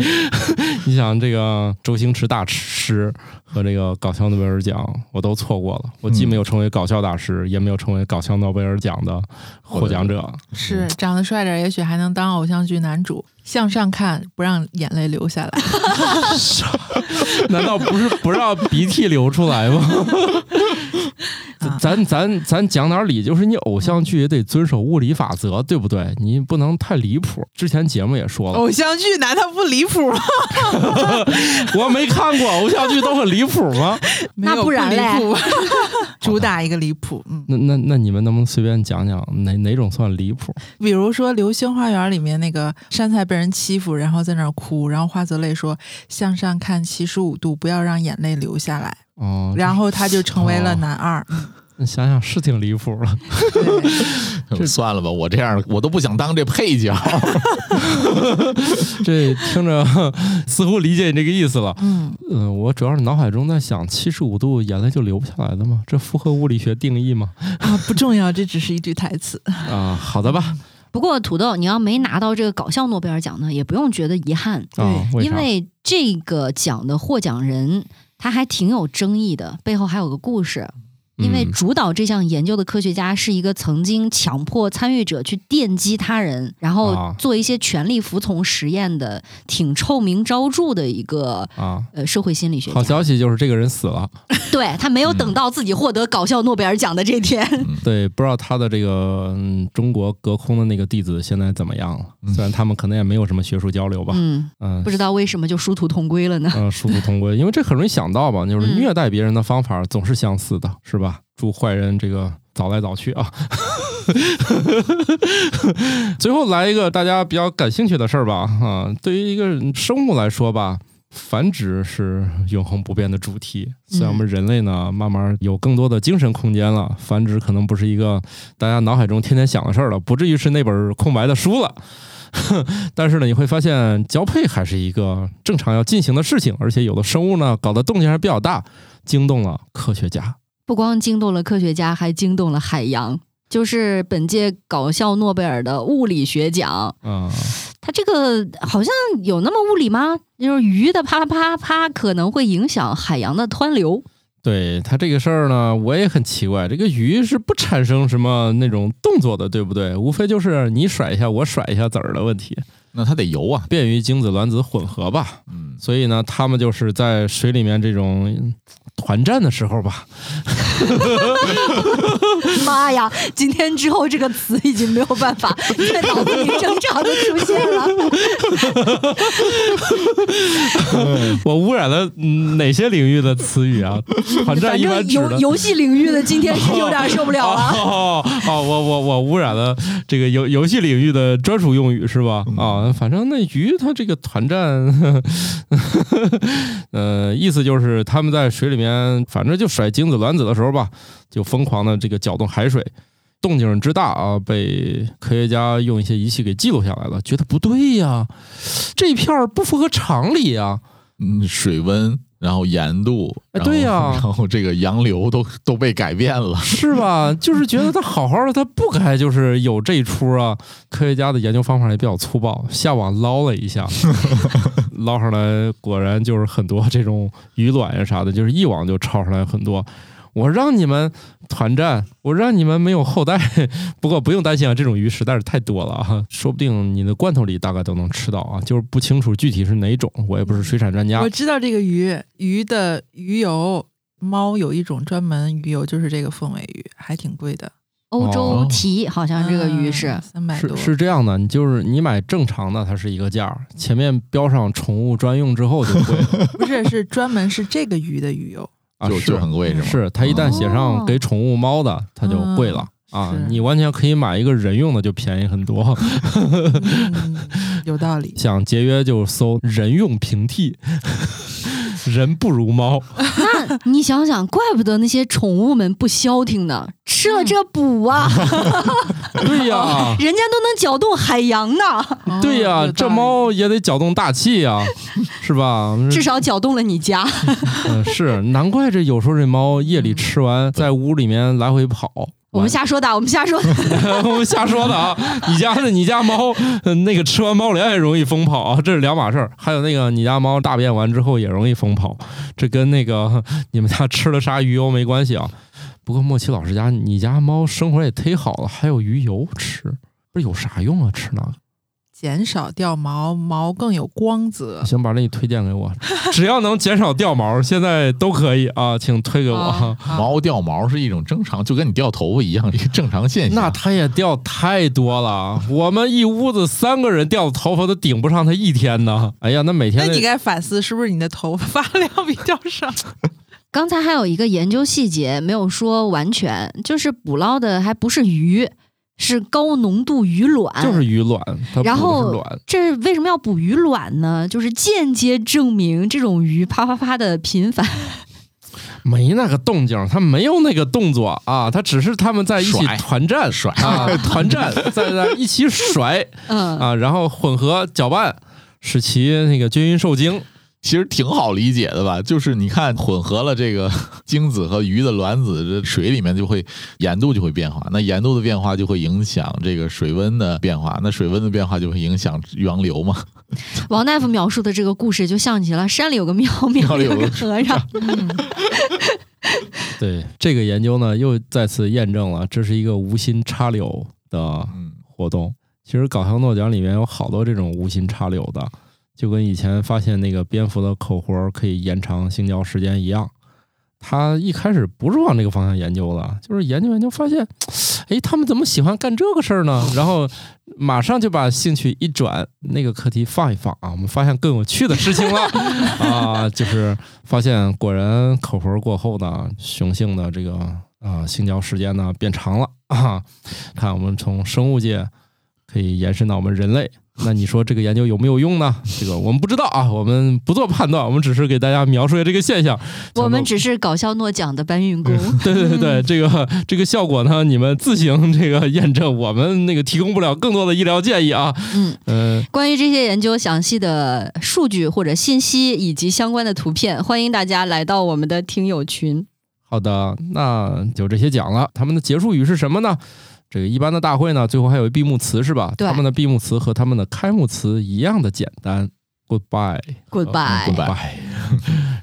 你想这个周星驰大师和这个搞笑诺贝尔奖，我都错过了。我既
嗯
没有成为搞笑大师，也没有成为搞笑诺贝尔奖的获奖者。
是长得帅点儿，也许还能当偶像剧男主。向上看，不让眼泪流下来。
<laughs> 难道不是不让鼻涕流出来吗？咱咱咱讲点理，就是你偶像剧也得遵守物理法则，对不对？你不能太离谱。之前节目也说了，
偶像剧难道不离谱吗？啊
<laughs>
我没看过偶像剧都很离谱吗？
没有
那不然
离
嘞
<laughs>
谱，主打一个离谱。嗯，
那那那你们能不能随便讲讲哪哪种算离谱？
比如说《流星花园》里面那个杉菜被人欺负，然后在那儿哭，然后花泽类说：“向上看七十五度，不要让眼泪流下来。
哦”，
然后他就成为了男
<laughs>
二。
你想想是挺离谱了。哦
对，
算了吧，我这样我都不想当这
<laughs>
配角。
这听着似乎理解你这个意思了。
嗯，
嗯、我主要是脑海中在想，七十五度眼泪就流不下来了吗？这符合物理学定义吗？
啊，不重要，这只是一句台词。
啊、好的吧。
不过土豆，你要没拿到这个搞笑诺贝尔奖呢，也不用觉得遗憾，
啊、为
因
啥？
为这个奖的获奖人他还挺有争议的，背后还有个故事。因为
嗯
主导这项研究的科学家是一个曾经强迫参与者去电击他人，然后
啊
做一些权力服从实验的，挺臭名昭著的一个
啊，
呃社会心理学
好嗯
家。
消息就是这个人死了。
对他没有等到自己获得搞笑诺贝尔奖的这天，
对，不知道他的这个、嗯、中国隔空的那个弟子现在怎么样了？虽然他们可能也没有什么学术交流吧。
嗯，
嗯
不，知道为什么就殊途同归了呢？
嗯，殊途同归，因为这很容易想到吧，就是
嗯
虐待别人的方法总是相似的，是吧？祝坏人这个早来早去啊。 <laughs> 最后来一个大家比较感兴趣的事儿吧，啊，对于一个生物来说吧。繁殖是永恒不变的主题。虽然我们人类呢，慢慢有更多的精神空间了，繁殖可能不是一个大家脑海中天天想的事儿了，不至于是那本空白的书了。 <laughs> 但是呢，你会发现交配还是一个正常要进行的事情，而且有的生物呢搞的动静还比较大，惊动了科学家。
不光惊动了科学家，还惊动了海洋。就是本届搞笑诺贝尔的物理学奖，
啊、
它这个好像有那么物理吗？就是鱼的啪啪啪啪可能会影响海洋的湍流。
对它这个事儿呢，我也很奇怪，这个鱼是不产生什么那种动作的，对不对？无非就是你甩一下，我甩一下子儿的问题，
那他得游啊，
便于精子卵子混合吧。
嗯，
所以呢，他们就是在水里面这种团战的时候吧，
妈呀！今天之后这个词已经没有办法在脑子里正常的出现了。
<laughs> 我污染了嗯哪些领域的词语
<laughs>
啊？团战
反
一般
正
指
游
的
游戏领域的今天是有点受不了啊了。
哦哦哦，我我我污染了这个游游戏领域的专属用语是吧？啊，反正那鱼它这个团战， <laughs> 呵呵呃，意思就是他们在水里面，反正就甩精子卵子的时候吧，就疯狂的这个搅动海水。动静之大啊，被科学家用一些仪器给记录下来了，觉得不对呀，这片儿不符合常理呀。
嗯，水温，然后盐度，
哎
然后
对呀
然后 <laughs> 这个洋流都都被改变了。
是吧？就是觉得他好好的，他不该就是有这一出啊。科学家的研究方法也比较粗暴，下网捞了一 <laughs> 下，捞上来果然就是很多这种鱼卵呀啥的，就是一网就抄上来很多。我让你们团战，我让你们没有后代。 <laughs> 不过不用担心啊，这种鱼实在是太多了啊，说不定你的罐头里大概都能吃到啊，就是不清楚具体是哪种，我也不是水产专家
我。知道这个鱼，鱼的鱼油，猫有一种专门鱼油，就是这个凤尾鱼，还挺贵的。嗯
欧
哦
洲蹄好像这个鱼是，
三百
是
多，
是这样的，你就是你买正常的，它是一个价儿，前面标上宠物专用之后就贵
<laughs>
了
不是是专门是这个鱼
<laughs>
的鱼油？
啊，
就是就很贵是吗？
是，它一旦写上
哦
给宠物猫的，它就贵了。啊
嗯是，
你完全可以买一个人用的，就便宜很多。
嗯，有道理。
想节约就搜人用平替，人不如猫。
那你想想，怪不得那些宠物们不消停呢，吃了这补啊，
嗯对 <laughs> 呀，
人家都能搅动海洋
<laughs>
呢，
对
哦
呀，
有
这
道理
猫也得搅动大气呀，是
<laughs>
吧？嗯
至少搅动了你家。
嗯，是，难怪这有时候这猫夜里吃完在屋里面来回跑，
我们瞎说的啊，我们
<laughs>
瞎说的。
我们瞎说的啊！你家的你家猫，呃那个吃完猫粮也容易疯跑啊，这是两码事儿。还有那个你家猫大便完之后也容易疯跑，这跟那个你们家吃了啥鱼油没关系啊。不过莫奇老师家，你家猫生活也忒好了，还有鱼油吃，不是有啥用啊？吃那个，
减少掉毛，毛更有光泽。
行，把那你推荐给我，只要能减少掉毛，现在都可以啊，请推给我。
啊啊
毛掉毛是一种正常，就跟你掉头发一样，一个正常现象。
那它也掉太多了，我们一屋子三个人掉的头发都顶不上它一天呢。哎呀，那每
那
天
你该反思是不是你的头发量比较少？
刚才还有一个研究细节没有说完全，就是捕捞的还不是鱼，是高浓度鱼卵。
就是鱼卵，它
哎然
补的
后
是卵，
这为什么要捕鱼卵呢？就是间接证明这种鱼啪啪啪的
<laughs>
频繁。
没那个动静，它没有那个动作啊，它只是他们在一起
甩
团战
甩 <laughs>
啊，团战在在一起甩
嗯，
啊，然后混合搅拌，使其那个均匀受精。
其实挺好理解的吧？就是你看混合了这个 <laughs> 精子和鱼的卵子，这水里面就会盐度就会变化，那盐度的变化就会影响这个水温的变化，那水温的变化就会影响源流嘛。
王大夫描述的这个故事就像极了山里有个庙，庙
庙里
有
有
个
个
和尚。
对这个研究呢，又再次验证了这是一个无心插柳的
嗯，
活动。其实搞笑诺奖里面有好多这种无心插柳的，就跟以前发现那个蝙蝠的口活可以延长性交时间一样。他一开始不是往这个方向研究的，就是研究研究发现，哎，他们怎么喜欢干这个事儿呢？然后马上就把兴趣一转，那个课题放一放啊，我们发现更有趣的事情了 <laughs> 啊，就是发现果然口活过后呢，雄性的这个啊性交时间呢变长了啊。看我们从生物界可以延伸到我们人类。那你说这个研究有没有用呢？这个我们不知道啊，我们不做判断，我们只是给大家描述一下这个现象。
我们只是搞笑诺奖的搬运工。
对对对对，这个这个效果呢，你们自行这个验证，我们那个提供不了更多的医疗建议啊。
嗯，
嗯、
关于这些研究详细的数据或者信息以及相关的图片，欢迎大家来到我们的听友群。
好的，那就这些讲了。他们的结束语是什么呢？这个一般的大会呢，最后还有一闭幕词是吧？
对
他们的闭幕词和他们的开幕词一样的简单。Goodbye。
Goodbye。
Goodbye
<laughs>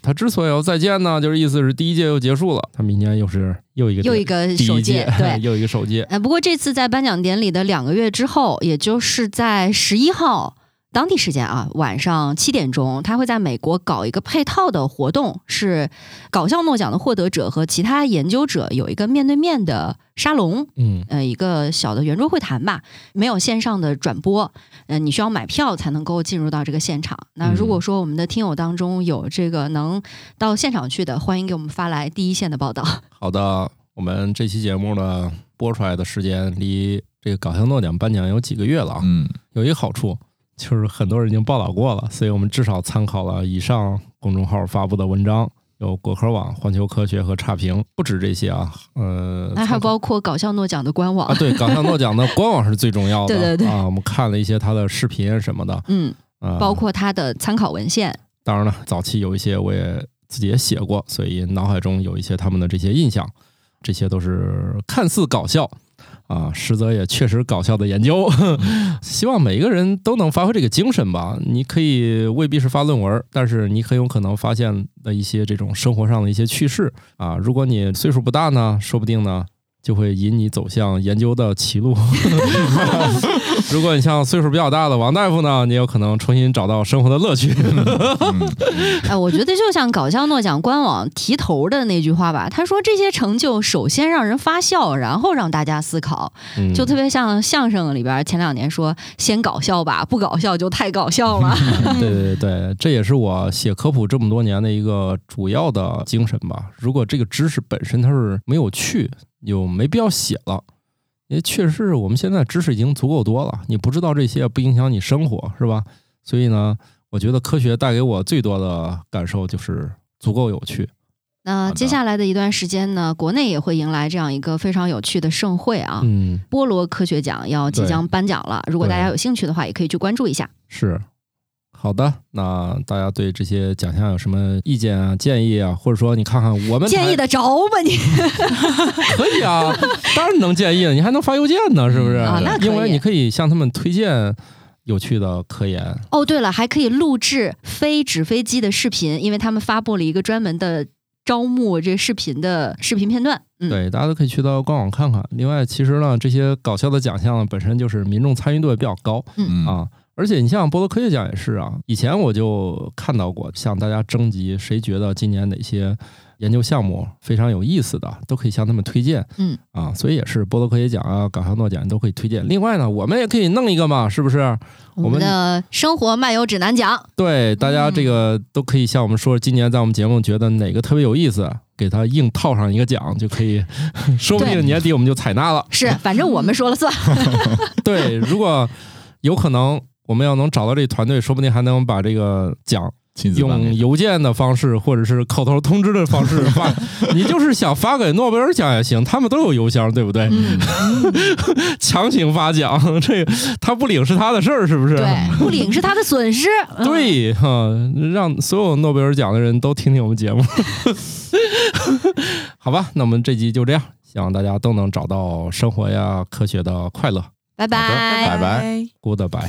他之所以要再见呢，就是意思是第一届又结束了，他明年又是又一个
又一个
第
首
一
届
届，
<laughs> 对
<laughs> 又一个首届。
呃，不过这次在颁奖典礼的两个月之后，也就是在十一号当地时间啊，晚上七点钟，他会在美国搞一个配套的活动，是搞笑诺奖的获得者和其他研究者有一个面对面的沙龙。
嗯，
呃，一个小的圆桌会谈吧，没有线上的转播，呃，你需要买票才能够进入到这个现场。那如
嗯
果说我们的听友当中有这个能到现场去的，欢迎给我们发来第一线的报道。
好的，我们这期节目呢播出来的时间离这个搞笑诺奖颁奖有几个月了啊。
嗯，
有一个好处就是很多人已经报道过了，所以我们至少参考了以上公众号发布的文章，有果壳网、环球科学和差评，不止这些啊。呃，
那还
参考
有包括搞笑诺奖的官网，
啊，对，搞笑诺奖的官网是最重要的。
<laughs> 对对对
啊，我们看了一些他的视频什么的，
嗯，
啊，
包括它的参考文献。
当然了，早期有一些我也自己也写过，所以脑海中有一些他们的这些印象，这些都是看似搞笑啊，实则也确实搞笑的研究。 <laughs> 希望每一个人都能发挥这个精神吧。你可以未必是发论文，但是你很有可能发现的一些这种生活上的一些趣事啊。如果你岁数不大呢，说不定呢。就会引你走向研究的歧路。 <laughs> 如果你像岁数比较大的王大夫呢，你有可能重新找到生活的乐趣。
哎，我觉得就像搞笑诺奖官网提头的那句话吧，他说这些成就首先让人发笑，然后让大家思考，
嗯
就特别像相声里边前两年说先搞笑吧，不搞笑就太搞笑了。
对对对，这也是我写科普这么多年的一个主要的精神吧。如果这个知识本身它是没有趣，就没必要写了。因为确实，我们现在知识已经足够多了，你不知道这些也不影响你生活，是吧？所以呢，我觉得科学带给我最多的感受就是足够有趣。
那
的
接下来的一段时间呢，国内也会迎来这样一个非常有趣的盛会啊，
嗯，
菠萝科学奖要即
对
将颁奖了。如果大家有兴趣的话，也可以去关注一下。
是好的，那大家对这些奖项有什么意见啊、建议啊，或者说你看看我们
建议
的
的着吧你。 <laughs>
可以啊， <laughs> 当然能建议了，你还能发邮件呢，是不是？
嗯啊
那可以
因为你可以向他们推荐有趣的科研。
哦，对了，还可以录制非纸飞机的视频，因为他们发布了一个专门的招募这视频的视频片段。嗯，
对，大家都可以去到官网看看。另外，其实呢，这些搞笑的奖项呢，本身就是民众参与度也比较高
嗯
啊。而且你像波多科学奖也是啊，以前我就看到过，向大家征集谁觉得今年哪些研究项目非常有意思的，都可以向他们推荐。
嗯
啊，所以也是波多科学奖啊、搞笑诺奖都可以推荐。另外呢，我们也可以弄一个嘛，是不是？
我
我们
们的生活漫游指南奖，
对，大家这个都可以向我们说，今年在我们节目觉得哪个特别有意思，给他硬套上一个奖就可以， <laughs> 说不
对
定年底我们就采纳了。
是反正我们说了算。
对，如果有可能，我们要能找到这团队，说不定还能把这个奖
亲子版
用邮件的方式，或者是口头通知的方式
<laughs>
发。 <laughs> 你就是想发给诺贝尔奖也行，他们都有邮箱，对不对？
嗯，
强行发奖， <laughs> 这个他不领是他的事儿，是 <laughs> 不是？
对，不领是他的损失。嗯，
对哈、让所有诺贝尔奖的人都听听我们节目，好吧？那我们这集就这样，希望大家都能找到生活呀、科学的快乐。
拜拜。
拜拜。
Goodbye。